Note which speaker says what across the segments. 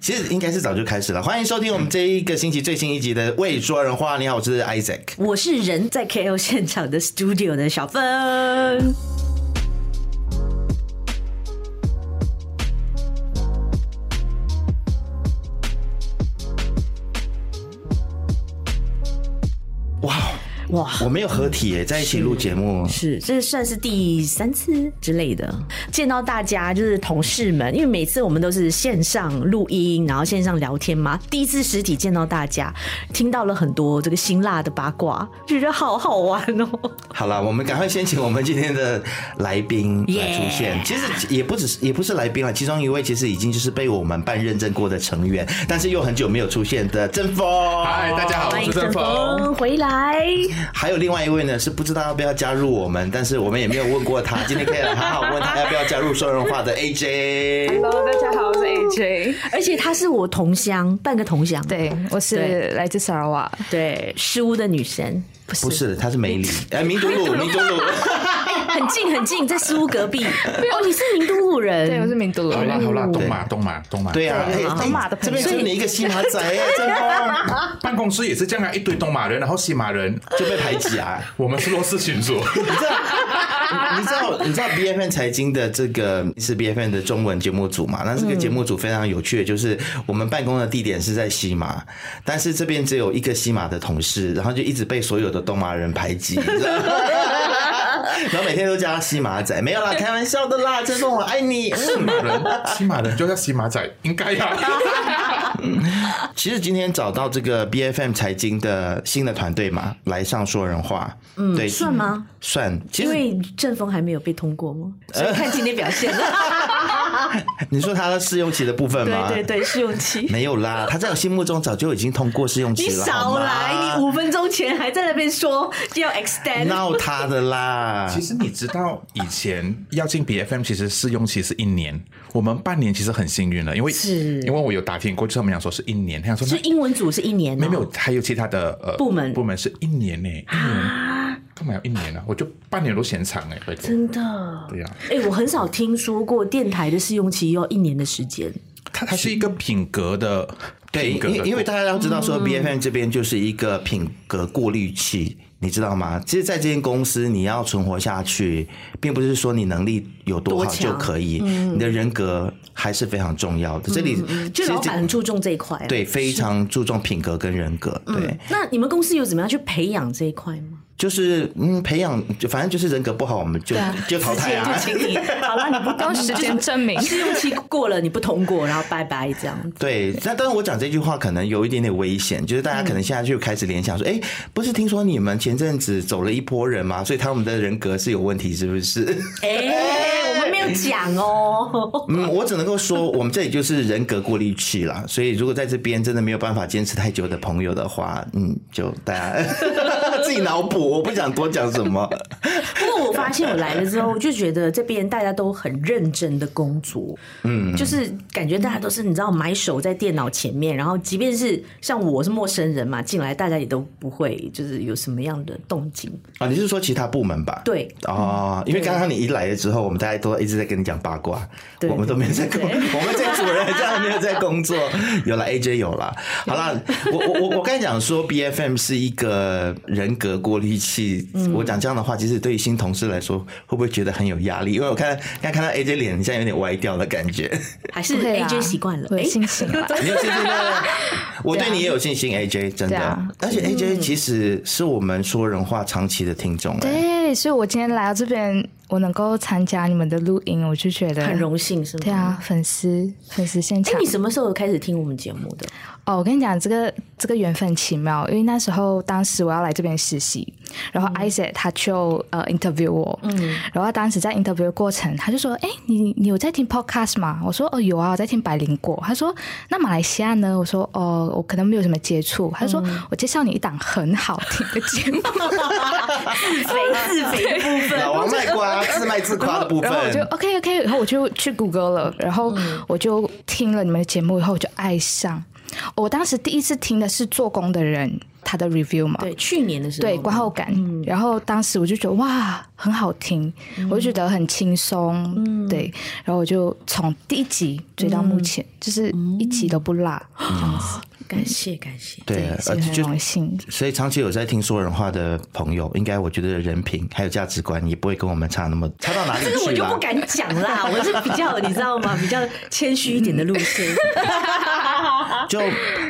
Speaker 1: 其实应该是早就开始了。欢迎收听我们这一个星期最新一集的《未说人话》。你好，我是 Isaac。
Speaker 2: 我是人在 KO 现场的 studio 的小芬。
Speaker 1: 哇，
Speaker 2: 哇，
Speaker 1: 我没有合体耶，在一起录节目，
Speaker 2: 是，这算是第三次之类的见到大家，就是同事们，因为每次我们都是线上录音，然后线上聊天嘛。第一次实体见到大家，听到了很多这个辛辣的八卦，就觉得好好玩哦。
Speaker 1: 好了，我们赶快先请我们今天的来宾来
Speaker 2: Yeah
Speaker 1: 出现。其实也不只是也不是来宾了，其中一位其实已经就是被我们办认证过的成员，但是又很久没有出现的郑峰。
Speaker 3: 嗨，大家好，我
Speaker 2: 欢
Speaker 3: 是
Speaker 2: 迎
Speaker 3: 郑
Speaker 2: 陈
Speaker 3: 峰。
Speaker 2: 峰回来，
Speaker 1: 还有另外一位呢，是不知道要不要加入我们，但是我们也没有问过他。今天可以来好好问他要不要加入说人话的 AJ。
Speaker 4: Hello，大家好，我是 AJ。
Speaker 2: 而且他是我同乡，半个同乡。
Speaker 4: 对，我是
Speaker 2: 对
Speaker 4: 来自萨尔瓦，
Speaker 2: 对，失屋的女神，不是
Speaker 1: 不是，他是梅里，哎，明都路，明都路。
Speaker 2: 很近很近，在失屋 隔壁。哦，你是名都路人，
Speaker 4: 对，我是明都
Speaker 3: 好啦
Speaker 2: 哎
Speaker 4: 人。
Speaker 3: 好啦，东马东马东马，
Speaker 1: 对啊，哎
Speaker 4: 对
Speaker 1: 哎
Speaker 4: 东马的
Speaker 1: 这
Speaker 4: 朋友
Speaker 1: 边就你一个西马仔 哎，真的
Speaker 3: 办公室也是这样啊，一堆东马人，然后西马人，
Speaker 1: 就被排挤啊！
Speaker 3: 我们是弱势群 组。
Speaker 1: 你知道，你知道，你知道 B F N 财经的这个是 B F N 的中文节目组嘛？那这个节
Speaker 4: 嗯
Speaker 1: 目组非常有趣的，就是我们办公的地点是在西马，但是这边只有一个西马的同事，然后就一直被所有的东马人排挤。你知道吗 然后每天都叫他西马仔，没有啦，开玩笑的啦，真凤我爱你。嗯
Speaker 3: 西马人，西马人就叫西马仔，应该啊呀。
Speaker 1: 其实今天找到这个 B F M 财经的新的团队嘛，来上说人话，嗯，对，
Speaker 2: 算吗？
Speaker 1: 算，其
Speaker 2: 因
Speaker 1: 实
Speaker 2: 为正风还没有被通过吗？所以看今天表现了。
Speaker 1: 你说他的试用期的部分吗？
Speaker 2: 对对对，试 用期。
Speaker 1: 没有 啦，他在我心目中早就已经通过试用期
Speaker 2: 你
Speaker 1: 了，
Speaker 2: 少来！你
Speaker 1: 好吗
Speaker 2: 五分钟前还在那边说要 extend，
Speaker 1: 闹他的啦。
Speaker 3: 其实你知道，以前要进 BFM，其实试用期是一年，我们半年其实很幸运了，因为
Speaker 2: 是
Speaker 3: 因为我有打听过，就是他们讲说是一年，他想说
Speaker 2: 是
Speaker 3: 那
Speaker 2: 英文组是一年、啊
Speaker 3: 没有没有，还有其他的呃
Speaker 2: 部门啊
Speaker 3: 部门是一年呢，一年干嘛要一年啊呢？我就半年都嫌长哎，拜托。
Speaker 2: 真的。
Speaker 3: 对呀，
Speaker 2: 哎、我很少听说过电台的试用期要一年的时间。
Speaker 3: 它它是一个品格的，
Speaker 1: 对，
Speaker 3: 品格的
Speaker 1: 因因为大家要知道说，B
Speaker 2: 嗯
Speaker 1: F M 这边就是一个品格过滤器，你知道吗？其实，在这间公司，你要存活下去，并不是说你能力有多
Speaker 2: 多
Speaker 1: 好
Speaker 2: 强嗯
Speaker 1: 就可以，你的人格还是非常重要的。这里其
Speaker 2: 就
Speaker 1: 实
Speaker 2: 老
Speaker 1: 这
Speaker 2: 板很注重这一块、啊。，
Speaker 1: 对非常注重品格跟人格，对。
Speaker 2: 那你们公司有怎么样去培养这一块吗？
Speaker 1: 就是嗯，培养就反正就是人格不好，我们就、就淘汰啊。
Speaker 2: 直接就请你。好了，你不
Speaker 4: 用时间证明
Speaker 2: 试用期过了，你不通过，然后拜拜这样子。
Speaker 1: 对，但但是我讲这句话可能有一点点危险，就是大家可能现在就开始联想说，哎、不是听说你们前阵子走了一波人吗？所以他们的人格是有问题，是不是？
Speaker 2: 哎、我们没有讲哦。
Speaker 1: 嗯，我只能够说，我们这里就是人格过滤器啦。所以如果在这边真的没有办法坚持太久的朋友的话，嗯，就大家 自己脑补，我不想多讲什么。
Speaker 2: 不过我发现我来了之后，我就觉得这边大家都很认真的工作，嗯，就是感觉大家都是你知道埋手在电脑前面，然后即便是像我是陌生人嘛，进来大家也都不会就是有什么样的动静，
Speaker 1: 啊，你是说其他部门吧？。
Speaker 2: 对，
Speaker 1: 哦，因为刚刚你一来了之后，我们大家都一直在跟你讲八卦，
Speaker 2: 对
Speaker 1: 我们都没有在 工，我们这组人这样没有在工作。有了 AJ 有了，好啦，我我我我刚才讲说 BFM 是一个人格过滤器，我讲这样的话，其实对于新同事来说，会不会觉得很有压力？因为我看刚看到 AJ 脸现在有点歪掉的感觉，
Speaker 2: 还是
Speaker 4: 不会啦
Speaker 2: AJ 习惯了，
Speaker 4: 啊我
Speaker 2: 哎
Speaker 4: 有信心啊 了。
Speaker 1: 你有信心吗？我对你也有信心，AJ 真
Speaker 4: 对
Speaker 1: 的
Speaker 4: 啊，
Speaker 1: 而且 AJ 其实是我们说人话长期的听众，哎，
Speaker 4: 对，所以我今天来到这边，我能够参加你们的录音，我就觉得
Speaker 2: 很。荣幸是吗？
Speaker 4: 对。啊，粉丝粉丝现
Speaker 2: 哎、
Speaker 4: 场
Speaker 2: 你什么时候开始听我们节目的？
Speaker 4: 哦，我跟你讲，这个这个缘分很奇妙，因为那时候当时我要来这边实习，然后 Isaac 他就呃 interview 我，嗯，然后当时在 interview 过程，他就说，哎，你你有在听 podcast 吗？我说，哦，有啊，我在听百灵果。他说，那马来西亚呢？我说，哦，我可能没有什么接触。他说，我介绍你一档很好听的节目，
Speaker 2: 自肥自肥部分，
Speaker 1: 老王卖瓜，自卖自夸的部分
Speaker 4: 然后。我就 OK OK，然后我就去谷歌了，然后我就听了你们的节目以后，我就爱上。哦我当时第一次听的是做工的人他的 review 嘛，
Speaker 2: 对，去年的时候，
Speaker 4: 对观后感。然后当时我就觉得哇，很好听，我就觉得很轻松，对，然后我就从第一集追到目前，就是一集都不落，这样子，
Speaker 2: 感谢感谢，
Speaker 1: 对，
Speaker 4: 所
Speaker 1: 而
Speaker 4: 以
Speaker 1: 且
Speaker 4: 很
Speaker 1: 啊就
Speaker 4: 荣幸。
Speaker 1: 所以长期有在听说人话的朋友，应该我觉得人品还有价值观也不会跟我们差那么差到哪里
Speaker 2: 这个我
Speaker 1: 去啊
Speaker 2: 就
Speaker 1: 啦
Speaker 2: 不。敢讲啦，我是比较你知道吗？比较谦虚一点的路 线。
Speaker 1: 就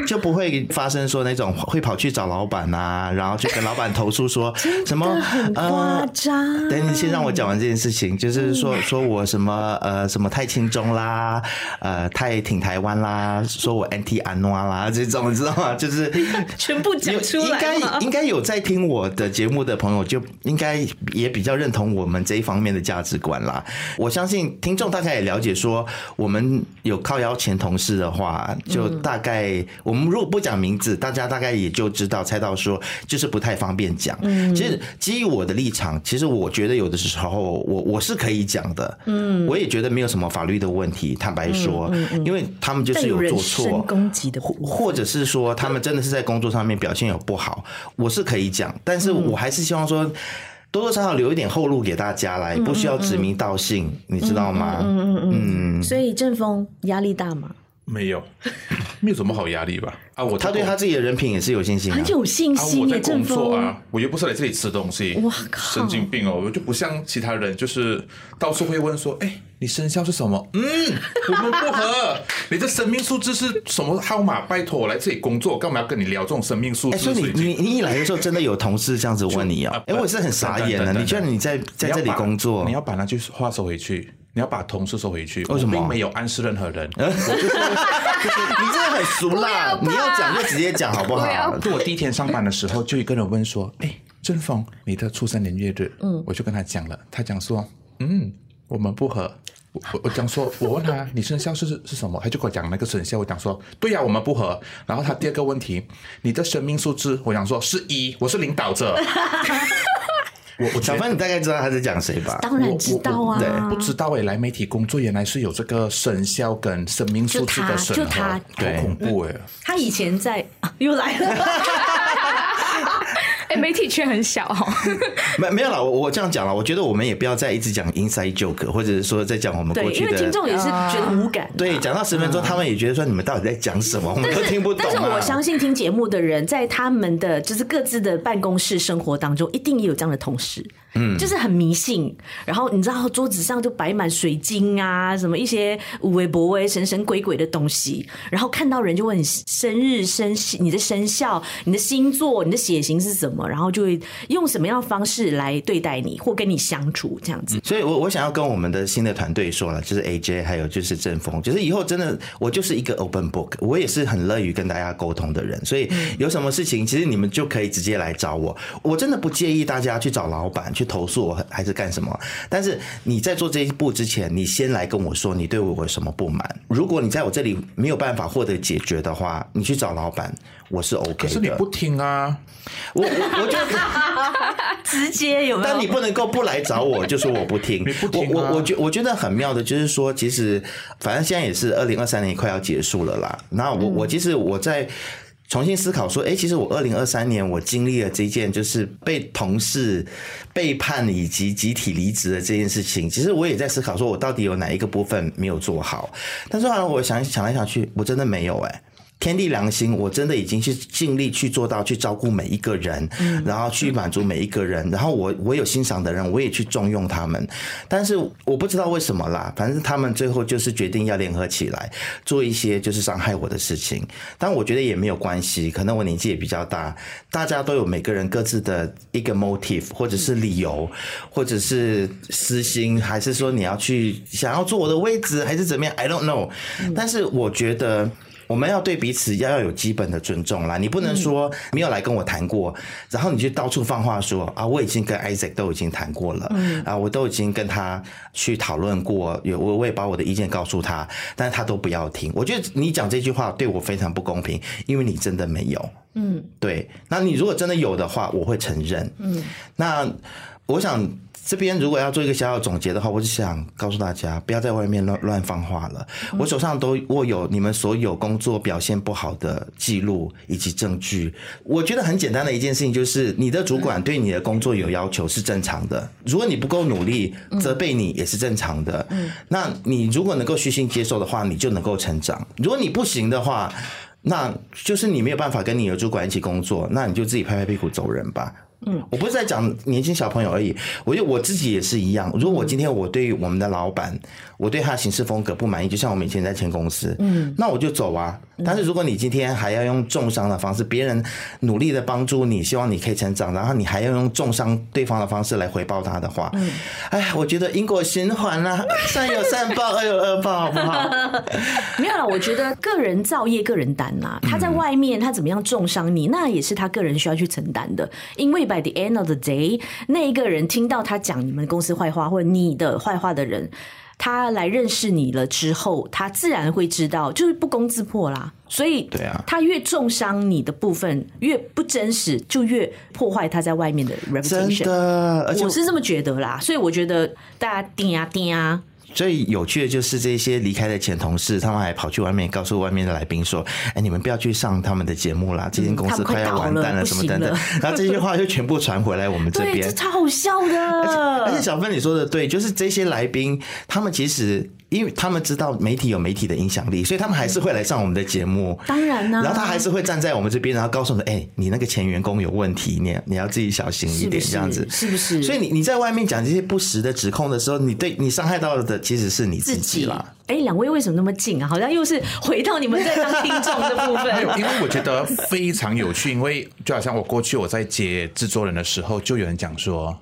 Speaker 1: 就不会发生说那种会跑去找老板呐、然后去跟老板投诉说什么
Speaker 2: 夸
Speaker 1: 呃。
Speaker 2: 张，
Speaker 1: 等你先让我讲完这件事情，就是说说我什么呃什么太轻中啦，呃太挺台湾啦，说我 anti 安诺啦这种，你知道吗？就是
Speaker 2: 全部讲出
Speaker 1: 应
Speaker 2: 来
Speaker 1: 该
Speaker 2: 嘛。
Speaker 1: 应该有在听我的节目的朋友，就应该也比较认同我们这一方面的价值观啦。我相信听众大概也了解说，我们有靠邀前同事的话，就大概、我们如果不讲名字，大家大概也就知道猜到说，就是不太方便讲。
Speaker 2: 嗯
Speaker 1: 其实基于我的立场，其实我觉得有的时候我我是可以讲的，嗯，我也觉得没有什么法律的问题。坦白说，因为他们就
Speaker 2: 嗯但
Speaker 1: 是
Speaker 2: 有
Speaker 1: 有
Speaker 2: 人
Speaker 1: 做错啊
Speaker 2: 身攻击的部分
Speaker 1: 或者是说他们真的是在工作上面表现有不好，我是可以讲，但是
Speaker 2: 嗯
Speaker 1: 我还是希望说。多多少少留一点后路给大家
Speaker 2: 嗯
Speaker 1: 来，不需要指名道姓，你知道吗？嗯
Speaker 2: 所以正峰压力大嘛，
Speaker 3: 没有， 没有什么好压力吧？啊，我
Speaker 1: 他对他自己的人品也是有信心、啊
Speaker 2: 很。有信
Speaker 3: 啊，
Speaker 2: 心
Speaker 3: 我在
Speaker 2: 耶，
Speaker 3: 工
Speaker 2: 正
Speaker 3: 作
Speaker 2: 峰。
Speaker 3: 啊，我又不是来这里吃东西。
Speaker 2: 哇靠
Speaker 3: 神经病哦！我就不像其他人，就是到处会问说，哎，你生肖是什么？嗯， 我们不合。 你这生命数字是什么号码？拜托，我来这里工作，干嘛要跟你聊这种生命数
Speaker 1: 哎、所
Speaker 3: 字？
Speaker 1: 以你你你一来的时候，真的有同事这样子问你哦、
Speaker 3: 就啊
Speaker 1: 哎、我是很傻眼的、
Speaker 3: 等等等等
Speaker 1: 你居然你在在
Speaker 3: 你要
Speaker 1: 这里
Speaker 3: 把
Speaker 1: 工作
Speaker 3: 你，要把那句话收回去，你要把同事收回去。
Speaker 1: 为什么
Speaker 3: 我并没有暗示任何人。
Speaker 1: 你真的很俗啦！你要讲就直接讲好不好？
Speaker 3: 就我第一天上班的时候，就一个人问说：“哎，郑峰，你的出生年月日？”嗯，我就跟他讲了，他讲说：“嗯，我们不合。”我我我讲说，我问他你生肖是是什么，他就跟我讲那个生肖，我讲说对呀、我们不合。然后他第二个问题，你的生命数字，我讲说是一，我是领导者。我我
Speaker 1: 小
Speaker 3: 觉得
Speaker 1: 芬，你大概知道他在讲谁吧？
Speaker 2: 当然知道啊，
Speaker 3: 我不知道诶，来媒体工作原来是有这个生肖跟生命数字的审
Speaker 2: 就
Speaker 3: 核，
Speaker 2: 他
Speaker 1: 就他
Speaker 3: 好恐怖诶。
Speaker 2: 他以前在、啊又来了，
Speaker 4: 哎，媒体圈很小哦，
Speaker 1: 没没有啦，我我这样讲了，我觉得我们也不要再一直讲 inside joke，或者是说在讲我们过
Speaker 2: 对，
Speaker 1: 去
Speaker 2: 因为
Speaker 1: 的。
Speaker 2: 听众也是觉得无感。
Speaker 1: 对，讲到十分钟，他们也觉得说你们到底在讲什么，我们都听不懂
Speaker 2: 但是
Speaker 1: 啊
Speaker 2: 我。相信听节目的人，在他们的就是各自的办公室生活当中，一定也有这样的同事，嗯，就是很迷信。然后你知道桌子上就摆满水晶啊，什么一些五味博味、神神鬼鬼的东西。然后看到人就问你生日、生肖、你的生肖、你的星座、你的血型是什么，然后就会用什么样的方式来对待你或跟你相处这 样子。
Speaker 1: 所以我，我想要跟我们的新的团队说了，就是 AJ，还有就是正峰，就是以后真的我就是一个 open book，我也是很乐于跟大家沟通的人，所以
Speaker 3: 嗯
Speaker 1: 有什么事情，其实你们就可以直接来找我，我真的不介意大家去找老板去投诉我还是干什么，但是你在做这一步之前，你先来跟我说你对我有什么不满，如果你在我这里没有办法获得解决的话，你去找老板，我是 OK 的。
Speaker 3: 可是你不听啊，
Speaker 1: 我我我觉得。
Speaker 2: 直接有没有？
Speaker 1: 但你不能够不来找我，就说我不听。
Speaker 3: 你不听
Speaker 1: 我
Speaker 3: 啊
Speaker 1: 我我觉我觉得很妙的，就是说，其实反正现在也是二零二三年快要结束了啦。那
Speaker 2: 嗯
Speaker 1: 我我其实我在。重新思考说，诶，其实我二零二三年我经历了这件就是被同事背叛以及集体离职的这件事情，其实我也在思考说，我到底有哪一个部分没有做好？但是后来我想想来想去，我真的没有诶。天地良心，我真的已经去尽力去做到去照顾每一个人，然后去满足每一个人，然后我我有欣赏的人，我也去重用他们，但是我不知道为什么啦，反正他们最后就是决定要联合起来做一些就是伤害我的事情，但我觉得也没有关系，可能我年纪也比较大，大家都有每个人各自的一个 motive 或者是理由，或者是私心，还是说你要去想要坐我的位置，还是怎么样？I don't know，但是我觉得。我们要对彼此要要有基本的尊重啦，你不能说没有来跟我谈过，然后你就到处放话说啊，我已经跟 Isaac 都已经谈过了，啊，我都已经跟他去讨论过，有我我也把我的意见告诉他，但是他都不要听。我觉得你讲这句话对我非常不公平，因为你真的没有。对，那你如果真的有的话，我会承认。嗯，那我想这边如果要做一个小小总结的话，我只想告诉大家，不要在外面乱乱放话了。我手上都握有你们所有工作表现不好的记录以及证据。我觉得很简单的一件事情就是，你的主管对你的工作有要求是正常的。如果你不够努力，责备你也是正常的。那你如果能够虚心接受的话，你就能够成长。如果你不行的话，那就是你没有办法跟你的主管一起工作，那你就自己拍拍屁股走人吧。嗯，我不是在讲年轻小朋友而已，我觉得我自己也是一样。如果我今天我对我们的老板，我对他的行事风格不满意，就像我们以前在前公司，嗯，那我就走啊。但是如果你今天还要用重伤的方式，别人努力的帮助你，希望你可以成长，然后你还要用重伤对方的方式来回报他的话，哎、我觉得因果循环啦、善有善报，恶有恶报，好不好？
Speaker 2: 没有啦，我觉得个人造业个人担
Speaker 1: 嗯
Speaker 2: 呐、他在外面他怎么样重伤你，那也是他个人需要去承担的。因为 by the end of the day，那一个人听到他讲你们公司坏话或者你的坏话的人，他来认识你了之后，他自然会知道就是不攻自破啦。所以，
Speaker 1: 对啊
Speaker 2: 他越重伤你的部分越不真实，就越破坏他在外面的
Speaker 1: 真
Speaker 2: reputation。
Speaker 1: 的，而且
Speaker 2: 我是这么觉得啦，所以我觉得大家叮啊叮啊，
Speaker 1: 最有趣的就是这些离开的前同事，他们还跑去外面告诉外面的来宾说：“哎，你们不要去上他们的节目啦，这间公司
Speaker 2: 他们快
Speaker 1: 快要完蛋
Speaker 2: 倒了
Speaker 1: 什么等等
Speaker 2: 不。 行”
Speaker 1: 然后这些话就全部传回来我们这
Speaker 2: 对，
Speaker 1: 边
Speaker 2: 这。超好笑的。
Speaker 1: 而且小芬你说的对，就是这些来宾，他们其实因为他们知道媒体有媒体的影响力，所以他们还是会来上我们的节目。
Speaker 2: 当然啊啦、
Speaker 1: 然后他还是会站在我们这边，然后告诉我们：“哎、你那个前员工有问题，你你要自己小心一
Speaker 2: 是不
Speaker 1: 点，
Speaker 2: 是
Speaker 1: 这样子。”
Speaker 2: 是不是？
Speaker 1: 所以你你在外面讲这些不实的指控的时候，你对你伤害到的其实是你
Speaker 2: 自
Speaker 1: 自己
Speaker 2: 己
Speaker 1: 啦。。
Speaker 2: 哎，两位为什么那么近啊？好像又是回到你们在当听众的部
Speaker 3: 没
Speaker 2: 分
Speaker 3: 有，。因为我觉得非常有趣，因为就好像我过去我在接制作人的时候，就有人讲说，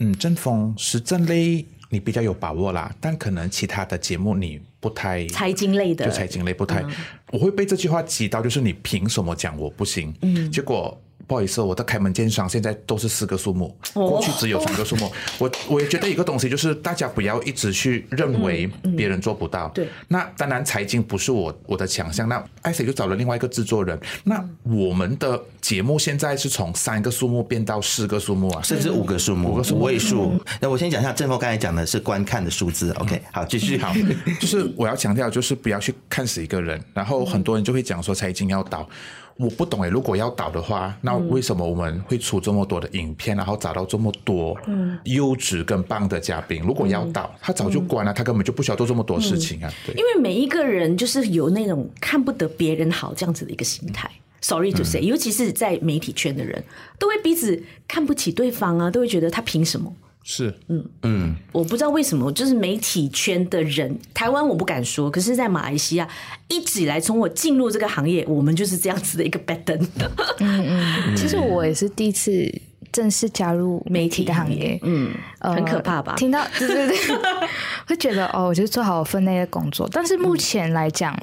Speaker 3: 嗯，正风时政类你比较有把握啦，但可能其他的节目你不太
Speaker 2: 财经类的嗯
Speaker 3: 就，财经类不太，我会被这句话击到，就是你凭什么讲我不行？嗯，结果。不好意思，我的开门见山现在都是四个数目，
Speaker 2: 哦
Speaker 3: 过去只有三个数目。我我也觉得一个东西就是大家不要一直去认为别人做不到。
Speaker 2: 嗯对
Speaker 3: 那当然财经不是我我的强项，那艾谁就找了另外一个制作人。那
Speaker 2: 嗯
Speaker 3: 我们的节目现在是从三个数目变到四个数目啊，
Speaker 1: 甚至五个数目，五个数位数。那我先讲一下，正峰刚才讲的是观看的数字。OK，好，继续。好，
Speaker 3: 就是我要强调，就是不要去看死一个人。然后很多人就会讲说财经要倒，我不懂诶，欸如果要倒的话，那为什么我们会出这么多的影片，啊然后找到这么多优质跟棒的嘉宾？如果要倒，他早就关了，他根本就不需要做这么多事情啊。对
Speaker 2: 因，为每一个人就是有那种看不得别人好这样子的一个心态。Sorry to
Speaker 1: 嗯
Speaker 2: say，、尤其是在媒体圈的人，都会彼此看不起对方啊，都会觉得他凭什么？
Speaker 3: 是
Speaker 2: 我不知道为什么，就是媒体圈的人，台湾我不敢说，可是，在马来西亚一直以来，从我进入这个行业，我们就是这样子的一个 pattern。
Speaker 4: 其实我也是第一次正式加入媒体的行 业，嗯，
Speaker 2: 很可怕吧
Speaker 4: 听到对对 对，会觉得哦，我就做好我分内的工作。但是目前来讲，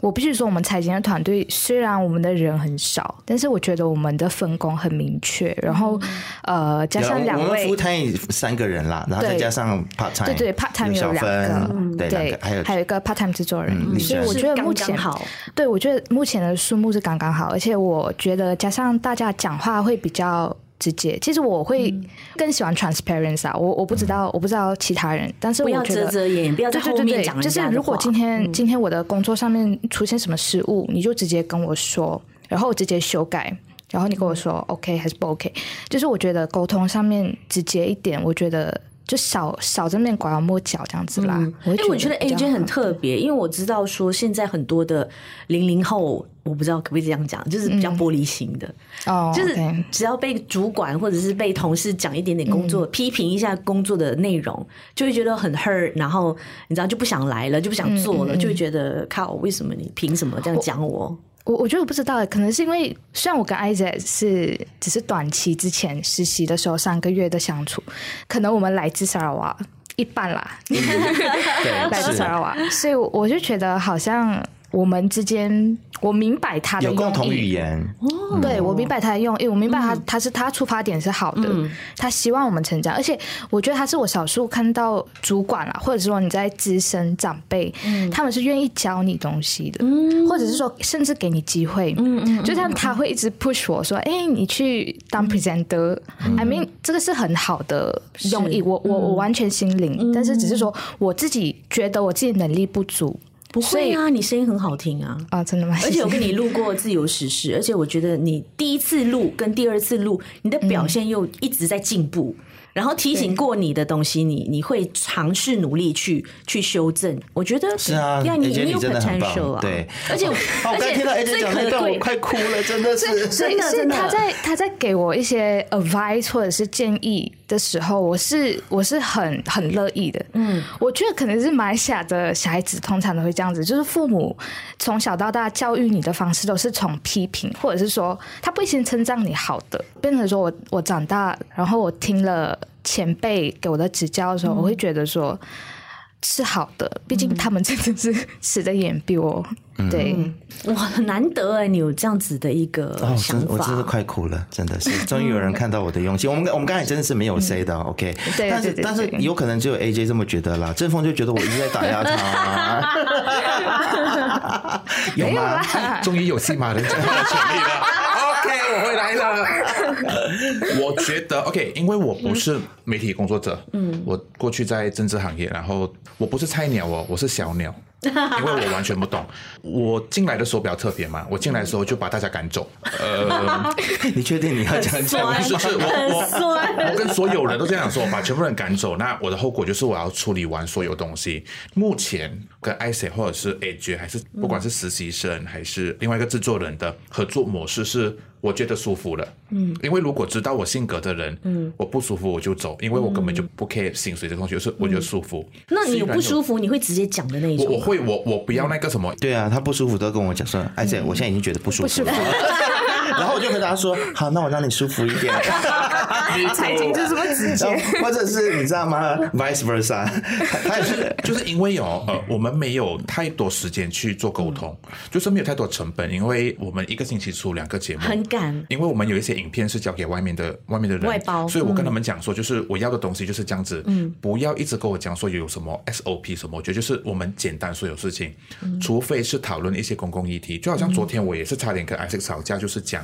Speaker 4: 我必须说，我们财经的团队虽然我们的人很少，但是我觉得我们的分工很明确。然后、
Speaker 2: 嗯
Speaker 4: 呃，加上
Speaker 1: 我
Speaker 4: 两
Speaker 1: 们
Speaker 4: 位
Speaker 1: full。time 三个人啦，然后再
Speaker 4: 对
Speaker 1: 加上 part time，
Speaker 4: 对对，part time
Speaker 1: 有
Speaker 4: 有
Speaker 1: 小
Speaker 4: 两
Speaker 1: 芬，
Speaker 4: 个，嗯
Speaker 1: 对，两个还嗯有
Speaker 4: 还有一个 part time 制作人，
Speaker 1: 李
Speaker 4: 所以
Speaker 1: 真
Speaker 4: 我觉得目
Speaker 2: 嗯是
Speaker 4: 前
Speaker 2: 刚刚好
Speaker 4: 对我觉得目前的数目是刚刚好，而且我觉得加上大家讲话会比较。直接，其实我会
Speaker 2: 嗯
Speaker 4: 更喜欢 transparency 啊，我我不知道，我不知道其他人，但是
Speaker 2: 不
Speaker 4: 我
Speaker 2: 哦要
Speaker 4: 觉得
Speaker 2: 遮遮掩掩，不要在
Speaker 4: 对
Speaker 2: 后
Speaker 4: 对对
Speaker 2: 面
Speaker 4: 对，
Speaker 2: 讲人
Speaker 4: 就是
Speaker 2: 家的话。嗯
Speaker 4: 如果今天、今天我的工作上面出现什么失误，你就直接跟我说，然后我直接修改，然后你跟
Speaker 2: 嗯
Speaker 4: 我说 OK 还是不 OK，就是我觉得沟通上面直接一点，我觉得就少少这面拐弯抹角这样子啦。
Speaker 2: 哎、
Speaker 4: 哎，
Speaker 2: 我觉得 AJ 很特别，因为我知道说现在很多的零零后，我不知道可不可以这样讲，就是比较玻璃心的，
Speaker 4: 哦，
Speaker 2: 就是
Speaker 4: 嗯 OK
Speaker 2: 只要被主管或者是被同事讲一点点工作，
Speaker 4: 嗯
Speaker 2: 批评一下工作的内容，就会觉得很 hurt，然后你知道就不想来了，就不想做
Speaker 4: 嗯
Speaker 2: 了，就会觉得靠，为什么你凭什么这样讲我？
Speaker 4: 我我觉得我不知道，欸可能是因为虽然我跟 Isaac 是只是短期之前实习的时候三个月的相处，可能我们来自沙拉瓦一半啦， 来
Speaker 1: 对
Speaker 4: 自
Speaker 1: 哦是
Speaker 4: 沙拉瓦，所以我就觉得好像我们之间我明白他的
Speaker 1: 有共
Speaker 4: 用
Speaker 1: 同
Speaker 4: 意
Speaker 1: 语言，
Speaker 4: 对我明白他的用意，我明白他、他是他出发点是好的，他希望我们成长，而且我觉得他是我少数看到主管啦，或者说你在资深长辈，他们是愿意教你东西的，或者是说甚至给你机会，嗯嗯，就像他会一直 push 我说，哎、你去当 presenter，I、mean 这个是很好的用意，我我我完全心领，但是只是说我自己觉得我自己能力不足
Speaker 2: 不会啊，你声音很好听啊。
Speaker 4: 啊、真的吗？
Speaker 2: 而且我
Speaker 4: 谢谢
Speaker 2: 跟你录过自由时事，而且我觉得你第一次录跟第二次录，你的
Speaker 1: 嗯
Speaker 2: 表现又一直在进步。然后提醒过你的东西，你你会尝试努力去去修正。我觉得
Speaker 1: 是啊
Speaker 2: 呀，你
Speaker 1: AJ
Speaker 2: 你有
Speaker 1: 你真的很棒
Speaker 2: potential 啊，
Speaker 1: 对
Speaker 2: 而且
Speaker 1: 哦，我
Speaker 2: 而
Speaker 1: 刚才听到 A
Speaker 2: 且
Speaker 1: J
Speaker 2: 最
Speaker 1: 讲那
Speaker 2: 可
Speaker 1: 段，我
Speaker 2: 贵，
Speaker 1: 快哭了，真的是，
Speaker 4: 所以
Speaker 1: 真的
Speaker 4: 是
Speaker 1: 真的
Speaker 4: 他在他在给我一些 advice 或者是建议的时候，我是我是很很乐意的。嗯，我觉得可能是马来西亚的小孩子通常都会这样子，就是父母从小到大教育你的方式都是从批评，或者是说他不会先称赞你好的，变成说我我长大，然后我听了前辈给我的指
Speaker 1: 嗯
Speaker 4: 教的时候，我会觉得说。是好的，毕竟他们真的是 死的眼比我、对，
Speaker 1: 嗯
Speaker 2: 哇，很难得哎，你有这样子的一个
Speaker 1: 哦，我
Speaker 2: 想
Speaker 1: 真我真是
Speaker 2: 法。
Speaker 1: 快哭了，真的是，终于有人看到我的用心。我们我们刚才真的是没有 say 的哦，OK？
Speaker 4: 嗯对
Speaker 1: 但是
Speaker 4: 对对
Speaker 1: 但是
Speaker 4: 对
Speaker 1: 有可能只有 AJ 这么觉得啦，正峰就觉得我一直在打压 他，有
Speaker 4: 没有
Speaker 1: 吗
Speaker 4: 啦？，
Speaker 3: 终于有戏马人讲话的权利了。OK，我回来了。 我觉得 OK，因为我不是媒体工作者，嗯，我过去在政治行业，然后我不是菜鸟哦，我是小 鸟，因为我完全不懂。我进来的时候比较特别嘛，我进来的时候就把大家赶走，呃，
Speaker 1: 你确定你要讲这样？
Speaker 2: 酸
Speaker 3: 是是，我我
Speaker 2: 很酸
Speaker 3: 我跟所有人都这样说，把全部人赶走，那我的后果就是我要处理完所有东西。目前跟 i c E 或者是 AJ 还是不管是实习生还是另外一个制作人的合作模式是。我觉得舒服了，嗯，因为如果知道我性格的人，嗯，我不舒服我就走，因为我根本就不 care 薪水这个东西，就是我觉得舒服。
Speaker 2: 那你有不
Speaker 3: 服？
Speaker 2: 舒服，你会直接讲的那一
Speaker 3: 我
Speaker 2: 种
Speaker 3: 我
Speaker 2: 吗。
Speaker 3: 会我我不要那个什么，
Speaker 1: 对啊，他不舒服都跟我讲说，哎姐，我现在已经觉得不舒服了。 然后我就跟他说：“好，那我让你舒服一点。”
Speaker 4: 财经就是这么直接。
Speaker 1: 然后或者是你知道吗？vice versa，他他也是
Speaker 3: 就是因为有呃，我们没有太多时间去做沟通，就是没有太多成本，因为我们一个星期出两个节目，
Speaker 2: 很赶
Speaker 3: 因为我们有一些影片是交给外面的外面的人
Speaker 2: 外包
Speaker 3: 所以我跟他们讲说，就是我要的东西就是这样子，不要一直跟我讲说有什么 SOP 什么，我觉得就是我们简单所有事情，除非是讨论一些公共议题，就好像昨天我也是差点跟 Isaac 吵架，就是讲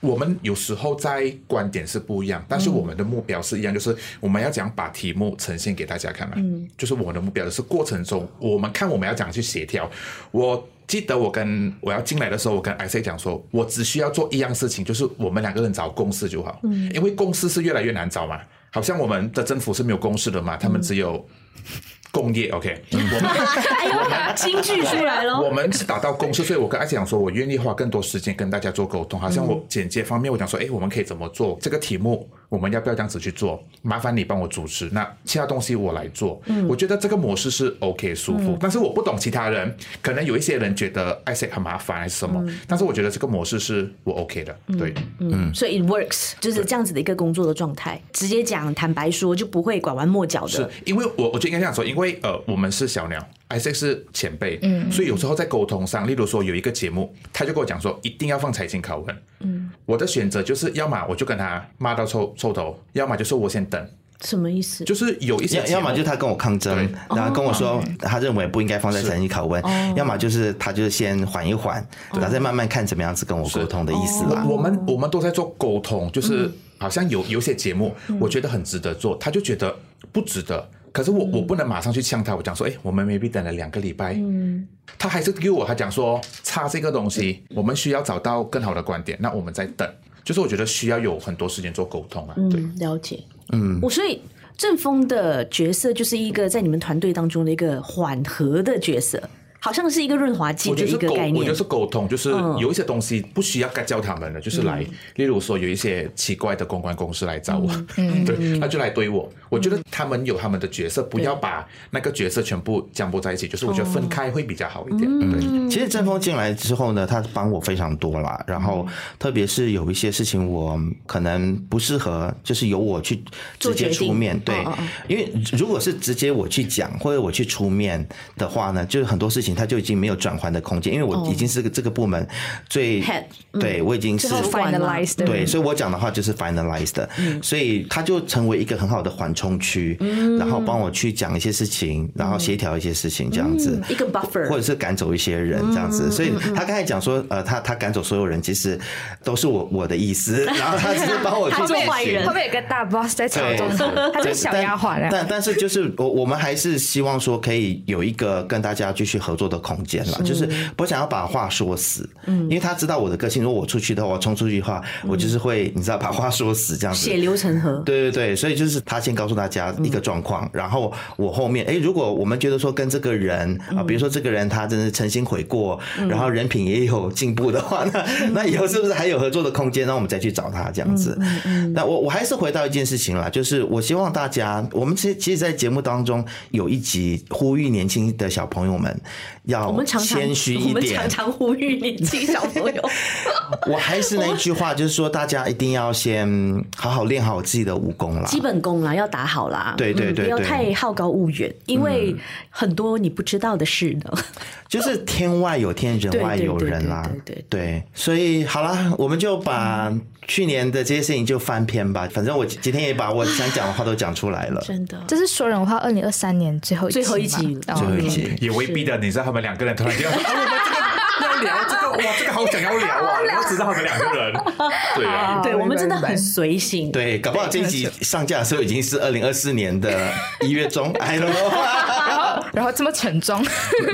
Speaker 3: 我们有时候在观点是不一样，但是我们的目标是一样，就是我们要讲把题目呈现给大家看嘛，就是我们的目标是过程中我们看我们要讲去协调，我。记得我跟我要进来的时候，我跟 IC 讲说，我只需要做一样事情，就是我们两个人找共识就好。嗯，因为共识是越来越难找嘛，好像我们的政府是没有共识的嘛，他们只有工业。OK，我们
Speaker 2: 哎呦，京剧出来喽！
Speaker 3: 我们是达到共识，所以我跟 IC 讲说，我愿意花更多时间跟大家做沟通。好像我简介方面，我讲说，哎，我们可以怎么做这个题目？我们要不要这样子去做？麻烦你帮我主持，那其他东西我来做。我觉得这个模式是 OK 舒服，但是我不懂其他人，可能有一些人觉得 IC 很麻烦还是什么，但是我觉得这个模式是我 OK 的，对。
Speaker 2: 所以 it works 就是这样子的一个工作的状态，直接讲，坦白说就不会拐弯抹角
Speaker 3: 是
Speaker 2: 的。
Speaker 3: 因为我我就应该这样说，因为呃，我们是小鸟，Isaac 是前辈，嗯，所以有时候在沟通上，例如说有一个节目，他就跟我讲说一定要放财经拷问，嗯，我的选择就是要么我就跟他骂到臭臭头，要么就是我先等，
Speaker 2: 什么意思？
Speaker 3: 就是有一些
Speaker 1: 要要么
Speaker 3: 节
Speaker 1: 就
Speaker 3: 目
Speaker 1: 他跟我抗争，然后跟我
Speaker 2: 哦
Speaker 1: 说他认为不应该放在神医拷问，要么就是他就是先缓一缓，
Speaker 2: 哦
Speaker 1: 然后再慢慢看怎么样子跟我沟通的意思啦。
Speaker 3: 我我们我们都在做沟通，就是好像有有些节目，我觉得很值得做，他就觉得不值得。可是我我不能马上去呛他，我讲说，哎，我们 maybe 等了两个礼拜，他还是给我，他讲说差这个东西，我们需要找到更好的观点，那我们再等。就是我觉得需要有很多时间做沟通啊，对，
Speaker 2: 嗯，了解。嗯，我所以正峰的角色就是一个在你们团队当中的一个缓和的角色，好像是一个润滑剂
Speaker 3: 我
Speaker 2: 的
Speaker 3: 觉得
Speaker 2: 一
Speaker 3: 是
Speaker 2: 个
Speaker 3: 沟，
Speaker 2: 概
Speaker 3: 我觉
Speaker 2: 念
Speaker 3: 得。是沟通，就是有一些东西不需要该教他们的，就是来，例如说有一些奇怪的公关公司来找我， 对，他就来怼我。我觉得他们有他们的角色，不要把那个角色全部僵驳在一起，就是我觉得分开会比较好一点。对，
Speaker 1: 其实正峰进来之后呢，他帮我非常多啦。然后，
Speaker 2: 嗯
Speaker 1: 特别是有一些事情我可能不适合，就是由我去直接出面
Speaker 2: 做
Speaker 1: 对
Speaker 2: 决定嗯嗯嗯，
Speaker 1: 因为如果是直接我去讲或者我去出面的话呢，就是很多事情它就已经没有转换的空间，因为我已经是个这个部门最
Speaker 2: 哦 Head，嗯
Speaker 1: 对我已经是
Speaker 2: 最后
Speaker 4: finalized 的
Speaker 1: 对，所以我讲的话就是 finalized，的、
Speaker 2: 嗯
Speaker 1: 所以它就成为一个很好的缓冲区，然后帮我去讲一些事情，然后协调一些事情，这样子。
Speaker 2: 嗯一个 buffer 嗯
Speaker 1: 或者是赶走一些人这样子，所以他刚才讲说，呃，他他赶走所有人，其实都是我我的意 思，然后他只是帮我去
Speaker 2: 他做
Speaker 1: 执行
Speaker 2: 坏 人
Speaker 4: 后面有个大 boss 在操纵 他，
Speaker 1: 对
Speaker 4: 他就是小丫鬟
Speaker 1: 但
Speaker 4: 啊。
Speaker 1: 但但是就是我我们还是希望说可以有一个跟大家继续合作的空间啦，就是不想要把话说死，嗯，因为他知道我的个性，如果我出去的话，我冲出去的话，我就是会你知道把话说死这样子
Speaker 2: 血。流成河。
Speaker 1: 对对对，所以就是他先告诉大家
Speaker 2: 嗯
Speaker 1: 一个状况，然后我后面，哎，如果我们觉得说跟这个人
Speaker 2: 嗯
Speaker 1: 啊，比如说这个人他真是诚心悔过，然后人品也有进步的话， 那那以后是不是还有合作的空间？那我们再去找他这样
Speaker 2: 嗯
Speaker 1: 子。那我我还是回到一件事情啦，就是我希望大家，我们其实其实，在节目当中有一集呼吁年轻的小朋友们要
Speaker 2: 我们常常
Speaker 1: 谦虚
Speaker 2: 我
Speaker 1: 一
Speaker 2: 们
Speaker 1: 点
Speaker 2: 常，常呼吁年轻小朋 友，
Speaker 1: 我还是那一句话，就是说大家一定要先好好练好自己的武功啦。
Speaker 2: 基本功啦要打好啦，
Speaker 1: 对对
Speaker 2: 嗯
Speaker 1: 对
Speaker 2: 不要
Speaker 1: 对
Speaker 2: 太好高骛远，因为
Speaker 3: 嗯
Speaker 2: 很多你不知道的事呢。
Speaker 1: 就是天外有天，人外有人啦、
Speaker 2: 对对对对对
Speaker 1: 所以好啦，我们就把去年的这些事情就翻篇吧。反正我今天也把我想讲的话都讲出来了。
Speaker 2: 真的，
Speaker 4: 这是说人话，二零二三年最后
Speaker 2: 最后一集
Speaker 4: 嘛
Speaker 2: 了
Speaker 4: 哦
Speaker 1: 最后一
Speaker 4: OK
Speaker 1: 集，
Speaker 3: 也未必的。你知道他们两个人突然 间，啊我们这个要聊这个，哇，这个好想要聊啊！我知道他们两个 人，对啊，
Speaker 2: 对我们真的很
Speaker 4: 哦明白
Speaker 2: 随性。
Speaker 1: 对，搞不好这一集上架的时候已经是二零二四年的一月中，I don't know，
Speaker 4: 然后哦然后这么沉重，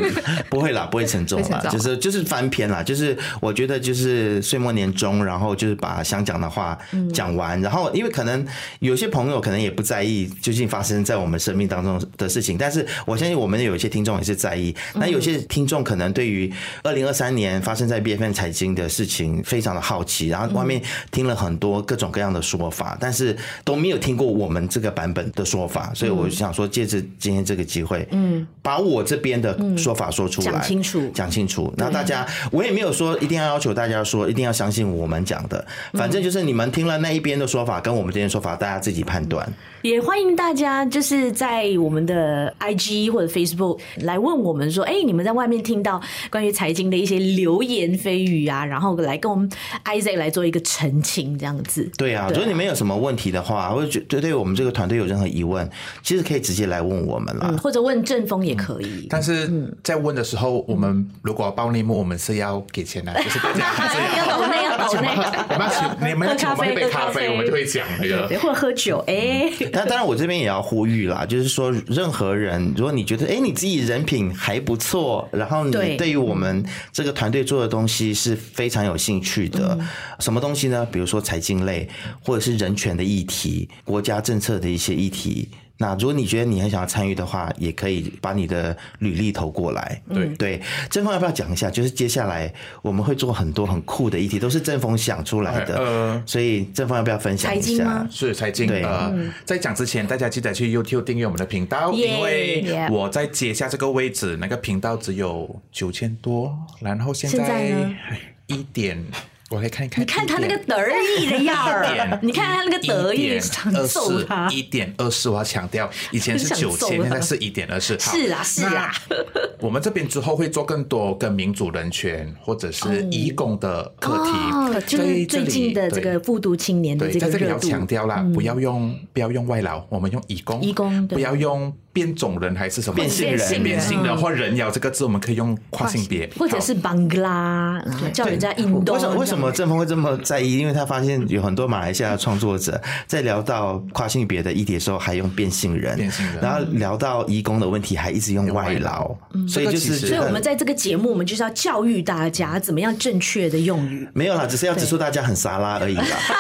Speaker 1: 不会啦，不会沉重
Speaker 4: 不会
Speaker 1: 啦
Speaker 4: 沉，重
Speaker 1: 就是就是翻篇啦，就是我觉得就是岁末年终，然后就是把想讲的话
Speaker 4: 嗯
Speaker 1: 讲完，然后因为可能有些朋友可能也不在意究竟发生在我们生命当中的事情，但是我相信我们有一些听众也是在意，
Speaker 4: 嗯
Speaker 1: 那有些听众可能对于二零二三年发生在 B F N 财经的事情非常的好奇，然后外面听了很多各种各样的说
Speaker 4: 嗯
Speaker 1: 法，但是都没有听过我们这个版本的说法，所以
Speaker 4: 嗯
Speaker 1: 我想说借着今天这个机会，嗯，把我这边的
Speaker 4: 嗯
Speaker 1: 说法说出来，
Speaker 2: 讲清楚
Speaker 1: 讲清楚。那大家，我也没有说一定要要求大家说一定要相信我们讲的，
Speaker 2: 嗯
Speaker 1: 反正就是你们听了那一边的说法跟我们这边说法，大家自己判断。
Speaker 2: 也欢迎大家就是在我们的 IG 或者 Facebook 来问我们说，哎、你们在外面听到关于财经的一些流言蜚语啊，然后来跟我们 Isaac 来做一个澄清，这样子。
Speaker 1: 对啊，如果你们有什么问题的话，或者觉对对我们这个团队有任何疑问，其实可以直接来问我们啦。
Speaker 2: 嗯，或者问正风也可以。
Speaker 3: 但是在问的时候，我们如果暴力幕，我们是要给钱的，啊就是大家还是要。
Speaker 2: 啊要抖内要抖内，
Speaker 3: 我们要请你们要请我们一杯咖啡，我们就会讲那个。
Speaker 2: 对，或者喝酒，哎、
Speaker 1: 但当然，我这边也要呼吁啦，就是说，任何人，如果你觉得，哎，你自己人品还不错，然后你
Speaker 2: 对
Speaker 1: 对于我们这个团队做的东西是非常有兴趣的，
Speaker 2: 嗯
Speaker 1: 什么东西呢？比如说财经类，或者是人权的议题、国家政策的一些议题。那如果你觉得你很想要参与的话，也可以把你的履历投过来。
Speaker 3: 对
Speaker 2: 嗯
Speaker 1: 对，正峰要不要讲一下？就是接下来我们会做很多很酷的议题，都是正峰想出来的。
Speaker 3: 哎呃
Speaker 1: 所以正峰要不要分享一
Speaker 2: 财经吗
Speaker 1: 下？
Speaker 3: 是财经
Speaker 1: 对
Speaker 3: 呃，
Speaker 2: 嗯
Speaker 3: 在讲之前，大家记得去 YouTube 订阅我们的频道，
Speaker 2: 耶
Speaker 3: 因为
Speaker 4: Yeah
Speaker 3: 我在接下这个位置，那个频道只有九千多，然后现
Speaker 2: 现在呢
Speaker 3: 在一点，我来看一看，
Speaker 2: 你看他那个得意的样儿， 你看他那个得意，想揍他。
Speaker 3: 一点二四，我要强调，以前是
Speaker 2: 想
Speaker 3: 九
Speaker 2: 揍
Speaker 3: 千，现
Speaker 2: 他
Speaker 3: 在是一点二四。好
Speaker 2: 是啦是啊啦，
Speaker 3: 那我们这边之后会做更多跟民主人权或者是移工的课题，
Speaker 2: 哦，就
Speaker 3: 在这
Speaker 2: 是
Speaker 3: 里
Speaker 2: 最近的这
Speaker 3: 对
Speaker 2: 个复读青年的
Speaker 3: 对，
Speaker 2: 这
Speaker 3: 在
Speaker 2: 个
Speaker 3: 这里
Speaker 2: 热
Speaker 3: 要
Speaker 2: 度，
Speaker 3: 强调啦，不要用不要用外劳，我们用义工，
Speaker 2: 移工对
Speaker 3: 不要用变种人还是什么
Speaker 1: 变性人变性人
Speaker 3: 变性的或人妖这个字，我们可以用跨性别，
Speaker 2: 或者是邦格拉，然后叫人家印度。
Speaker 1: 为什么为什么郑峰会这么在意？因为他发现有很多马来西亚的创作者 在聊到跨性别的议题的时候，还用变性人，
Speaker 3: 变性人
Speaker 1: 然后聊到移工的问题，还一直用外劳，所以就
Speaker 3: 嗯这个
Speaker 1: 是
Speaker 3: 其实
Speaker 1: 觉
Speaker 2: 所以
Speaker 1: 得
Speaker 2: 我们在这个节目，我们就是要教育大家怎么样正确的用
Speaker 3: 哦
Speaker 2: 语。
Speaker 1: 没有啦，只是要指出大家很沙拉而已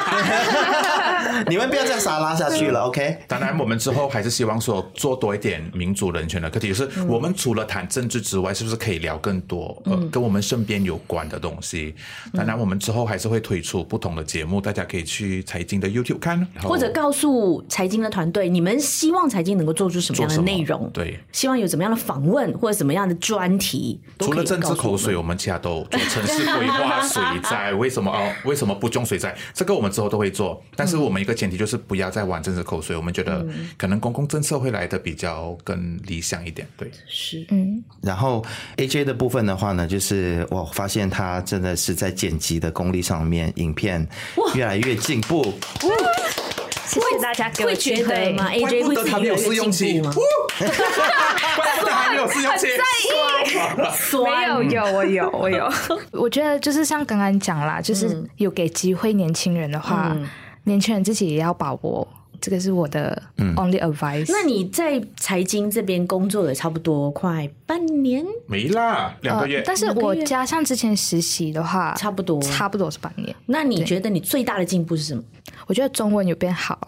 Speaker 1: 啦。 你们不要再沙拉下去了，OK？
Speaker 3: 当然，我们之后还是希望说做多一点民主人权的课题，就是我们除了谈政治之外，是不是可以聊更多呃
Speaker 2: 嗯
Speaker 3: 跟我们身边有关的东西？当然，我们之后还是会推出不同的节目，大家可以去财经的 YouTube 看，然后
Speaker 2: 或者告诉财经的团队，你们希望财经能够做出什么样的
Speaker 3: 做什么
Speaker 2: 内容？
Speaker 3: 对
Speaker 2: 希望有怎么样的访问或者怎么样的专题。都
Speaker 3: 除
Speaker 2: 可
Speaker 3: 了
Speaker 2: 以
Speaker 3: 政
Speaker 2: 告
Speaker 3: 治
Speaker 2: 诉
Speaker 3: 口
Speaker 2: 我们
Speaker 3: 水，我们其他都做城市规划、水灾， 为什么哦？为什么不种水灾？这个我们之后都
Speaker 2: 嗯
Speaker 3: 会做，但是我们一个前提就是不要再玩政治口水。我们觉得可能公共政策会来的比较较更理想一点。对，
Speaker 2: 是
Speaker 4: 嗯，
Speaker 1: 然后 AJ 的部分的话呢，就是我发现他真的是在剪辑的功力上面，影片越来越进步。
Speaker 4: 谢谢大家给我
Speaker 2: 会
Speaker 4: 机
Speaker 2: 觉得
Speaker 4: 会。
Speaker 2: 吗
Speaker 3: 怪
Speaker 2: ？AJ
Speaker 3: 不
Speaker 2: 会
Speaker 3: 得
Speaker 2: 自
Speaker 3: 他
Speaker 2: 己
Speaker 3: 没有试用期，
Speaker 2: 进
Speaker 3: 呜
Speaker 2: 步吗？
Speaker 3: 怪不得他没有试用期。
Speaker 4: 没
Speaker 2: 酸
Speaker 4: 有，有我有我有。 嗯我觉得就是像刚刚讲啦，就是有给机会年轻人的话，年轻人自己也要把握。这个是我的
Speaker 3: 嗯
Speaker 4: only advice。
Speaker 2: 那你在财经这边工作了差不多快半年，
Speaker 3: 没啦，两
Speaker 2: 啊
Speaker 3: 个月。
Speaker 4: 呃但是我加上之前实习的话，
Speaker 2: 差不多
Speaker 4: 差不多是半年。
Speaker 2: 那你觉得你最大的进步是什么？
Speaker 4: 我觉得中文有变好，